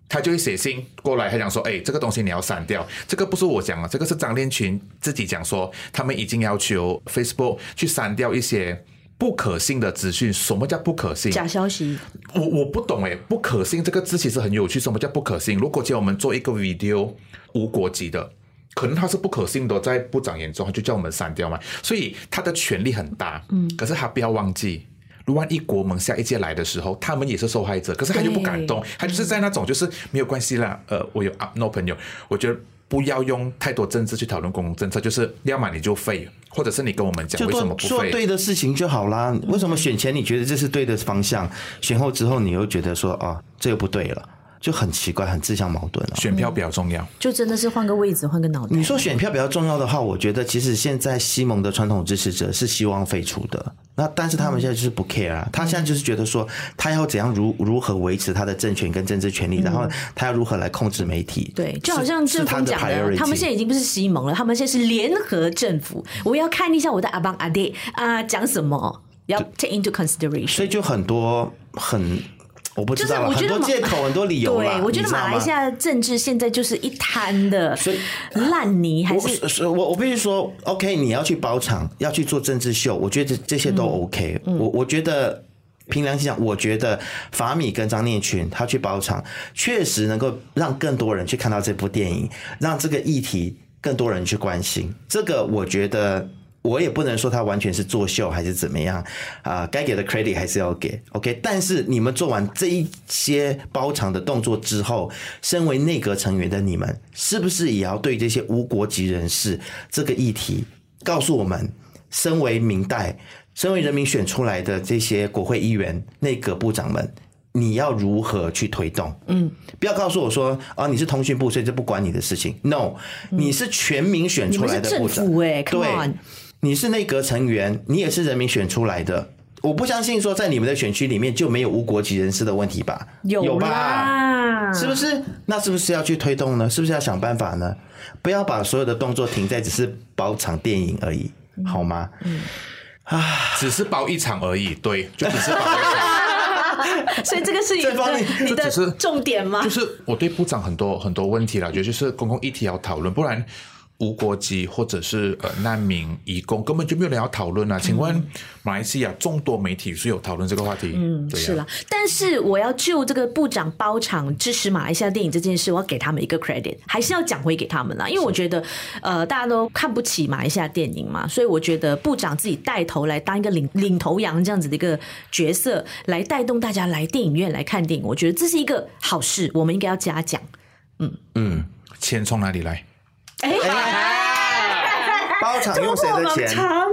Speaker 3: 他就会写信过来，他讲说：“哎，这个东西你要删掉。”这个不是我讲的，这个是张练群自己讲说，他们已经要求 Facebook 去删掉一些不可信的资讯。什么叫不可信？
Speaker 2: 假消息，
Speaker 3: 我我不懂哎，不可信这个字其实很有趣。什么叫不可信？如果叫我们做一个 video 无国籍的，可能它是不可信的，在部长眼中，他就叫我们删掉嘛。所以他的权力很大，嗯，可是他不要忘记。万一国盟下一届来的时候，他们也是受害者，可是他就不敢动，他就是在那种就是没有关系啦，呃，我有 up no 朋友，我觉得不要用太多政治去讨论公共政策，就是要么你就废，或者是你跟我们讲
Speaker 1: 就
Speaker 3: 为
Speaker 1: 做
Speaker 3: 什么不
Speaker 1: 做
Speaker 3: 废，
Speaker 1: 对的事情就好啦。为什么选前你觉得这是对的方向，选后之后你又觉得说哦，这又不对了，就很奇怪，很自相矛盾啊。
Speaker 3: 选票比较重要。
Speaker 2: 就真的是换个位置，换个脑袋。
Speaker 1: 你说选票比较重要的话，我觉得其实现在西蒙的传统支持者是希望废除的，那但是他们现在就是不 care 啊，他现在就是觉得说他要怎样如如何维持他的政权跟政治权利，然后他要如何来控制媒体，
Speaker 2: 对，就好像
Speaker 1: 是
Speaker 2: 政府讲
Speaker 1: 是他
Speaker 2: 的，
Speaker 1: 的
Speaker 2: 他们现在
Speaker 1: priority
Speaker 2: 已经不是西蒙了，他们现在是联合政府。我要看一下我的阿邦阿弟啊讲什么，要 take into consideration。
Speaker 1: 所以就很多很我不知
Speaker 2: 就是
Speaker 1: 道了，
Speaker 2: 我觉
Speaker 1: 很
Speaker 2: 得
Speaker 1: 多
Speaker 2: 马
Speaker 1: 借口，很多理由啦
Speaker 2: 对，我觉
Speaker 1: 你
Speaker 2: 得
Speaker 1: 知道
Speaker 2: 马来
Speaker 1: 吗
Speaker 2: 西亚政治现在就是一滩的
Speaker 1: 所以
Speaker 2: 烂泥，还
Speaker 1: 我
Speaker 2: 是
Speaker 1: 是我我必须说，OK，你要去包场，要去做政治秀，我觉得这这些都
Speaker 2: 嗯
Speaker 1: OK、我我觉得凭良心讲，我觉得法米跟张念群他去包场，确实能够让更多人去看到这部电影，让这个议题更多人去关心。这个我觉得。我也不能说他完全是作秀还是怎么样啊、该给的 credit 还是要给，OK。但是你们做完这一些包场的动作之后，身为内阁成员的你们，是不是也要对这些无国籍人士这个议题告诉我们，身为明代，身为人民选出来的这些国会议员、内阁部长们，你要如何去推动？嗯，不要告诉我说啊，你是通讯部，所以这不关你的事情。No，、你是全民选
Speaker 2: 你
Speaker 1: 出
Speaker 2: 们
Speaker 1: 来
Speaker 2: 是
Speaker 1: 的
Speaker 2: 政
Speaker 1: 部长，
Speaker 2: 府哎、c o
Speaker 1: 对
Speaker 2: m e on，
Speaker 1: 你是内阁成员，你也是人民选出来的。我不相信说在你们的选区里面就没有无国籍人士的问题吧？有吧？
Speaker 2: 啦，
Speaker 1: 是不是？那是不是要去推动呢？是不是要想办法呢？不要把所有的动作停在只是包场电影而已，好吗？
Speaker 3: 只是包一场而已，对，就只是包一场。
Speaker 2: 所以这个是你
Speaker 1: 这方面
Speaker 2: 的你
Speaker 3: 就只是
Speaker 2: 的重点吗
Speaker 3: 就？是我对部长很多很多问题了，觉得就是公共议题要讨论，不然无国籍或者是呃难民、移工根本就没有人要讨论啊。请
Speaker 2: 嗯
Speaker 3: 问马来西亚众多媒体是有讨论这个话题？嗯，对、啊、
Speaker 2: 是啦，但是我要就这个部长包场支持马来西亚电影这件事，我要给他们一个 credit，还是要讲回给他们啦。因为我觉得，呃，大家都看不起马来西亚电影嘛，所以我觉得部长自己带头来当一个领领头羊这样子的一个角色，来带动大家来电影院来看电影，我觉得这是一个好事，我们应该要嘉奖。
Speaker 3: 钱从哪里来？
Speaker 1: 包场用谁的
Speaker 2: 盲
Speaker 1: 钱？
Speaker 2: 肠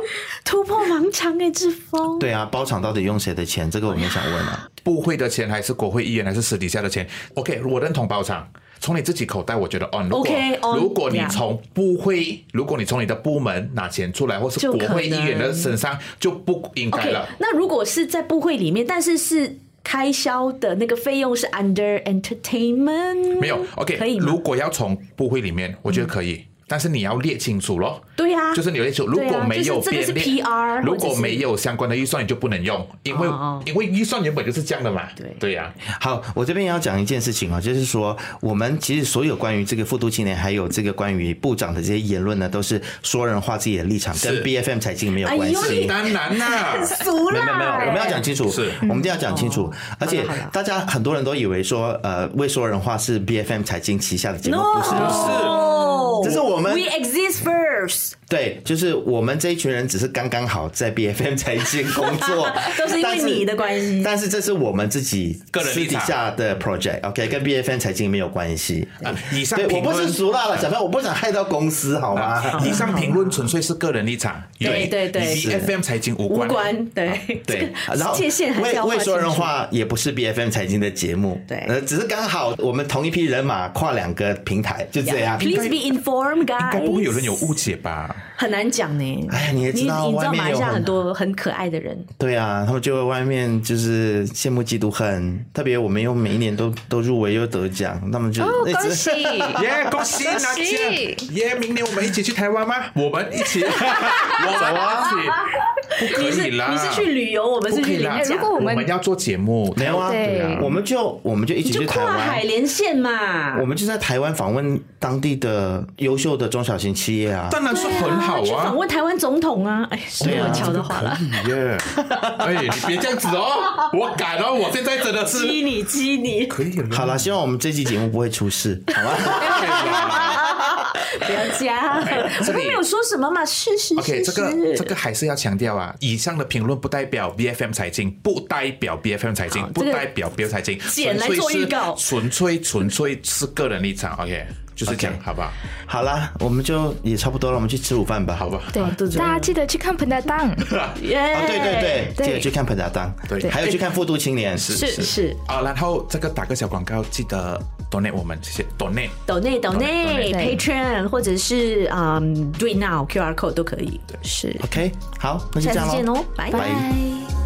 Speaker 2: 突破盲肠哎，志峰，
Speaker 1: 对啊，包场到底用谁的钱？这个我们也想问啊。
Speaker 3: 部会的钱还是国会议员还是私底下的钱？OK，我认同包场。从你自己口袋，我觉得 on。如果
Speaker 2: OK, on，
Speaker 3: 如果你
Speaker 2: yeah
Speaker 3: 从部会，如果你从你的部门拿钱出来，或是
Speaker 2: 就
Speaker 3: 国会
Speaker 2: 可
Speaker 3: 议
Speaker 2: 能
Speaker 3: 员的身上，就不应该
Speaker 2: OK，
Speaker 3: 了。
Speaker 2: 那如果是在部会里面，但是是开销的那个费用是 under entertainment，
Speaker 3: 没有，OK，
Speaker 2: 嗯可以吗嗯
Speaker 3: 如果要从部会里面，我觉得可以，但是你要列清楚咯。
Speaker 2: 对呀、啊，
Speaker 3: 就是你有列清楚，如
Speaker 2: 对啊
Speaker 3: 果没有
Speaker 2: 就是这个
Speaker 3: 编
Speaker 2: 是
Speaker 3: 列，
Speaker 2: PR
Speaker 3: 如
Speaker 2: 或者
Speaker 3: 果
Speaker 2: 是
Speaker 3: 没有相关的预算，你就不能用，因为、
Speaker 2: 哦哦
Speaker 3: 因为预算原本就是这样的嘛。
Speaker 2: 对
Speaker 3: 对呀、
Speaker 1: 好，我这边也要讲一件事情啊，就是说我们其实所有关于这个复读青年，还有这个关于部长的这些言论呢，都是说人话自己的立场，跟
Speaker 3: 是
Speaker 1: B F M 财经没有
Speaker 2: 哎呦
Speaker 1: 关系。
Speaker 2: 你
Speaker 3: 当 然啦、
Speaker 2: 俗
Speaker 1: 没
Speaker 2: 啦，
Speaker 1: 有没有没有，我们要讲清楚，
Speaker 3: 是
Speaker 1: 我们一定要讲清楚。而且
Speaker 2: 哎嗯好了
Speaker 1: 大家很多人都以为说，呃，未说人话是 B F M 财经旗下的节目，不是不是。
Speaker 2: no，
Speaker 1: 这是我们
Speaker 2: we exist first，，
Speaker 1: 对，就是我们这一群人只是刚刚好在 B F M 财经工作
Speaker 2: 都是因为
Speaker 1: 但
Speaker 2: 你的关系
Speaker 1: 但是这是我们自己
Speaker 3: 个人
Speaker 1: 私
Speaker 3: 立
Speaker 1: 底
Speaker 3: 场
Speaker 1: 下的 project，OK，、跟 B F M 财经没有关系。
Speaker 3: 啊以上
Speaker 1: 对，我
Speaker 3: 评
Speaker 1: 不是
Speaker 3: 论。
Speaker 1: 俗辣了，小朋友，我不想害到公司，好吗？
Speaker 3: 啊以上评论纯粹是个人立场，
Speaker 2: 哦对对对
Speaker 3: 与 FM 财经无
Speaker 2: 无
Speaker 3: 关。
Speaker 2: 关对
Speaker 1: 对，啊
Speaker 2: 这
Speaker 1: 然
Speaker 2: 个
Speaker 1: 后
Speaker 2: 界限还是
Speaker 1: 为
Speaker 2: 要
Speaker 1: 为说人
Speaker 2: 清楚。
Speaker 1: 话也不是 B F M 财经的节目，
Speaker 2: 对
Speaker 1: 呃，只是刚好我们同一批人马跨两个平台，就这样。
Speaker 2: Please be form
Speaker 3: 应该不会
Speaker 2: guy，
Speaker 3: 有人有误 解吧？
Speaker 2: 很难讲呢。
Speaker 1: 哎呀你也知道
Speaker 2: 你你知
Speaker 1: 外
Speaker 2: 道
Speaker 1: 面
Speaker 2: 马来西
Speaker 1: 有
Speaker 2: 亚
Speaker 1: 很
Speaker 2: 很多很可爱的人，
Speaker 1: 对啊，他们就在外面就是羡慕嫉妒恨，特别我们又每一年都都入围又得奖，他们就、
Speaker 4: 哦，
Speaker 1: 那
Speaker 4: 恭
Speaker 1: 只
Speaker 4: 喜！
Speaker 3: 耶，恭喜
Speaker 4: 恭
Speaker 3: 拿奖！
Speaker 4: 喜
Speaker 3: 耶，明年我们一起去台湾吗？我们 一起，我们一起，不可
Speaker 2: 你是
Speaker 3: 以啦！
Speaker 2: 你是去旅游，我们是
Speaker 3: 不可
Speaker 2: 去
Speaker 3: 以
Speaker 2: 领
Speaker 3: 啦！
Speaker 4: 哎如
Speaker 2: 奖
Speaker 4: 果。我
Speaker 3: 我
Speaker 4: 们
Speaker 3: 们要做节目，
Speaker 1: 没有啊，
Speaker 4: 对啊
Speaker 1: 我们就我们就一
Speaker 2: 你
Speaker 1: 起
Speaker 2: 就
Speaker 1: 去台
Speaker 2: 跨海
Speaker 1: 湾。
Speaker 2: 连线嘛，
Speaker 1: 我们就在台湾访问当地的优秀的中小型企业啊，
Speaker 3: 当然是很好
Speaker 2: 去
Speaker 3: 啊
Speaker 2: 访。问台湾总统啊，哎，是
Speaker 1: 对啊
Speaker 2: 我巧的话了，
Speaker 3: 耶， 哎，你别这样子哦，我敢哦，我现在真的是
Speaker 2: 激你 激你，
Speaker 3: 可以啊了。
Speaker 1: 好了，希望我们这期节目不会出事，好吧？
Speaker 2: 不要 加，
Speaker 1: 哎
Speaker 2: 我
Speaker 3: 这里
Speaker 2: 们没有说什么嘛，事实
Speaker 3: OK，
Speaker 2: 事
Speaker 3: 这个这
Speaker 2: 实。
Speaker 3: 个还是要强调啊，以上的评论不代表 B F M 财经，不代表 B F M 财经
Speaker 2: 好，
Speaker 3: 不
Speaker 2: 这个
Speaker 3: 代表 B F 财经，
Speaker 2: 简
Speaker 3: 纯
Speaker 2: 来
Speaker 3: 粹
Speaker 2: 做预
Speaker 3: 是
Speaker 2: 告
Speaker 3: 纯粹纯粹是个人立场。OK，就是这样
Speaker 1: OK
Speaker 3: 好不好？
Speaker 1: 好啦，我们就也差不多了，我们去吃午饭吧，
Speaker 3: 好
Speaker 1: 好？
Speaker 3: 吧，
Speaker 4: 对，大家记得去看《彭大档》。
Speaker 1: 啊，
Speaker 2: 耶
Speaker 1: 对对对，
Speaker 4: 对
Speaker 1: 记得去看《彭达当》，
Speaker 3: 对
Speaker 1: 还有去看《复读青年》，是
Speaker 2: 是是，
Speaker 3: 啊，然后这个打个小广告，记得 donate 我们，谢谢 donate。
Speaker 2: 抖内抖内
Speaker 4: 抖内
Speaker 2: Patreon 或者是嗯 Do It Now QR code 都可以。
Speaker 4: 是，
Speaker 1: OK，好，那就
Speaker 2: 下
Speaker 1: 这样
Speaker 2: 次见
Speaker 1: 喽
Speaker 2: 哦，，拜
Speaker 1: 拜。
Speaker 4: 拜。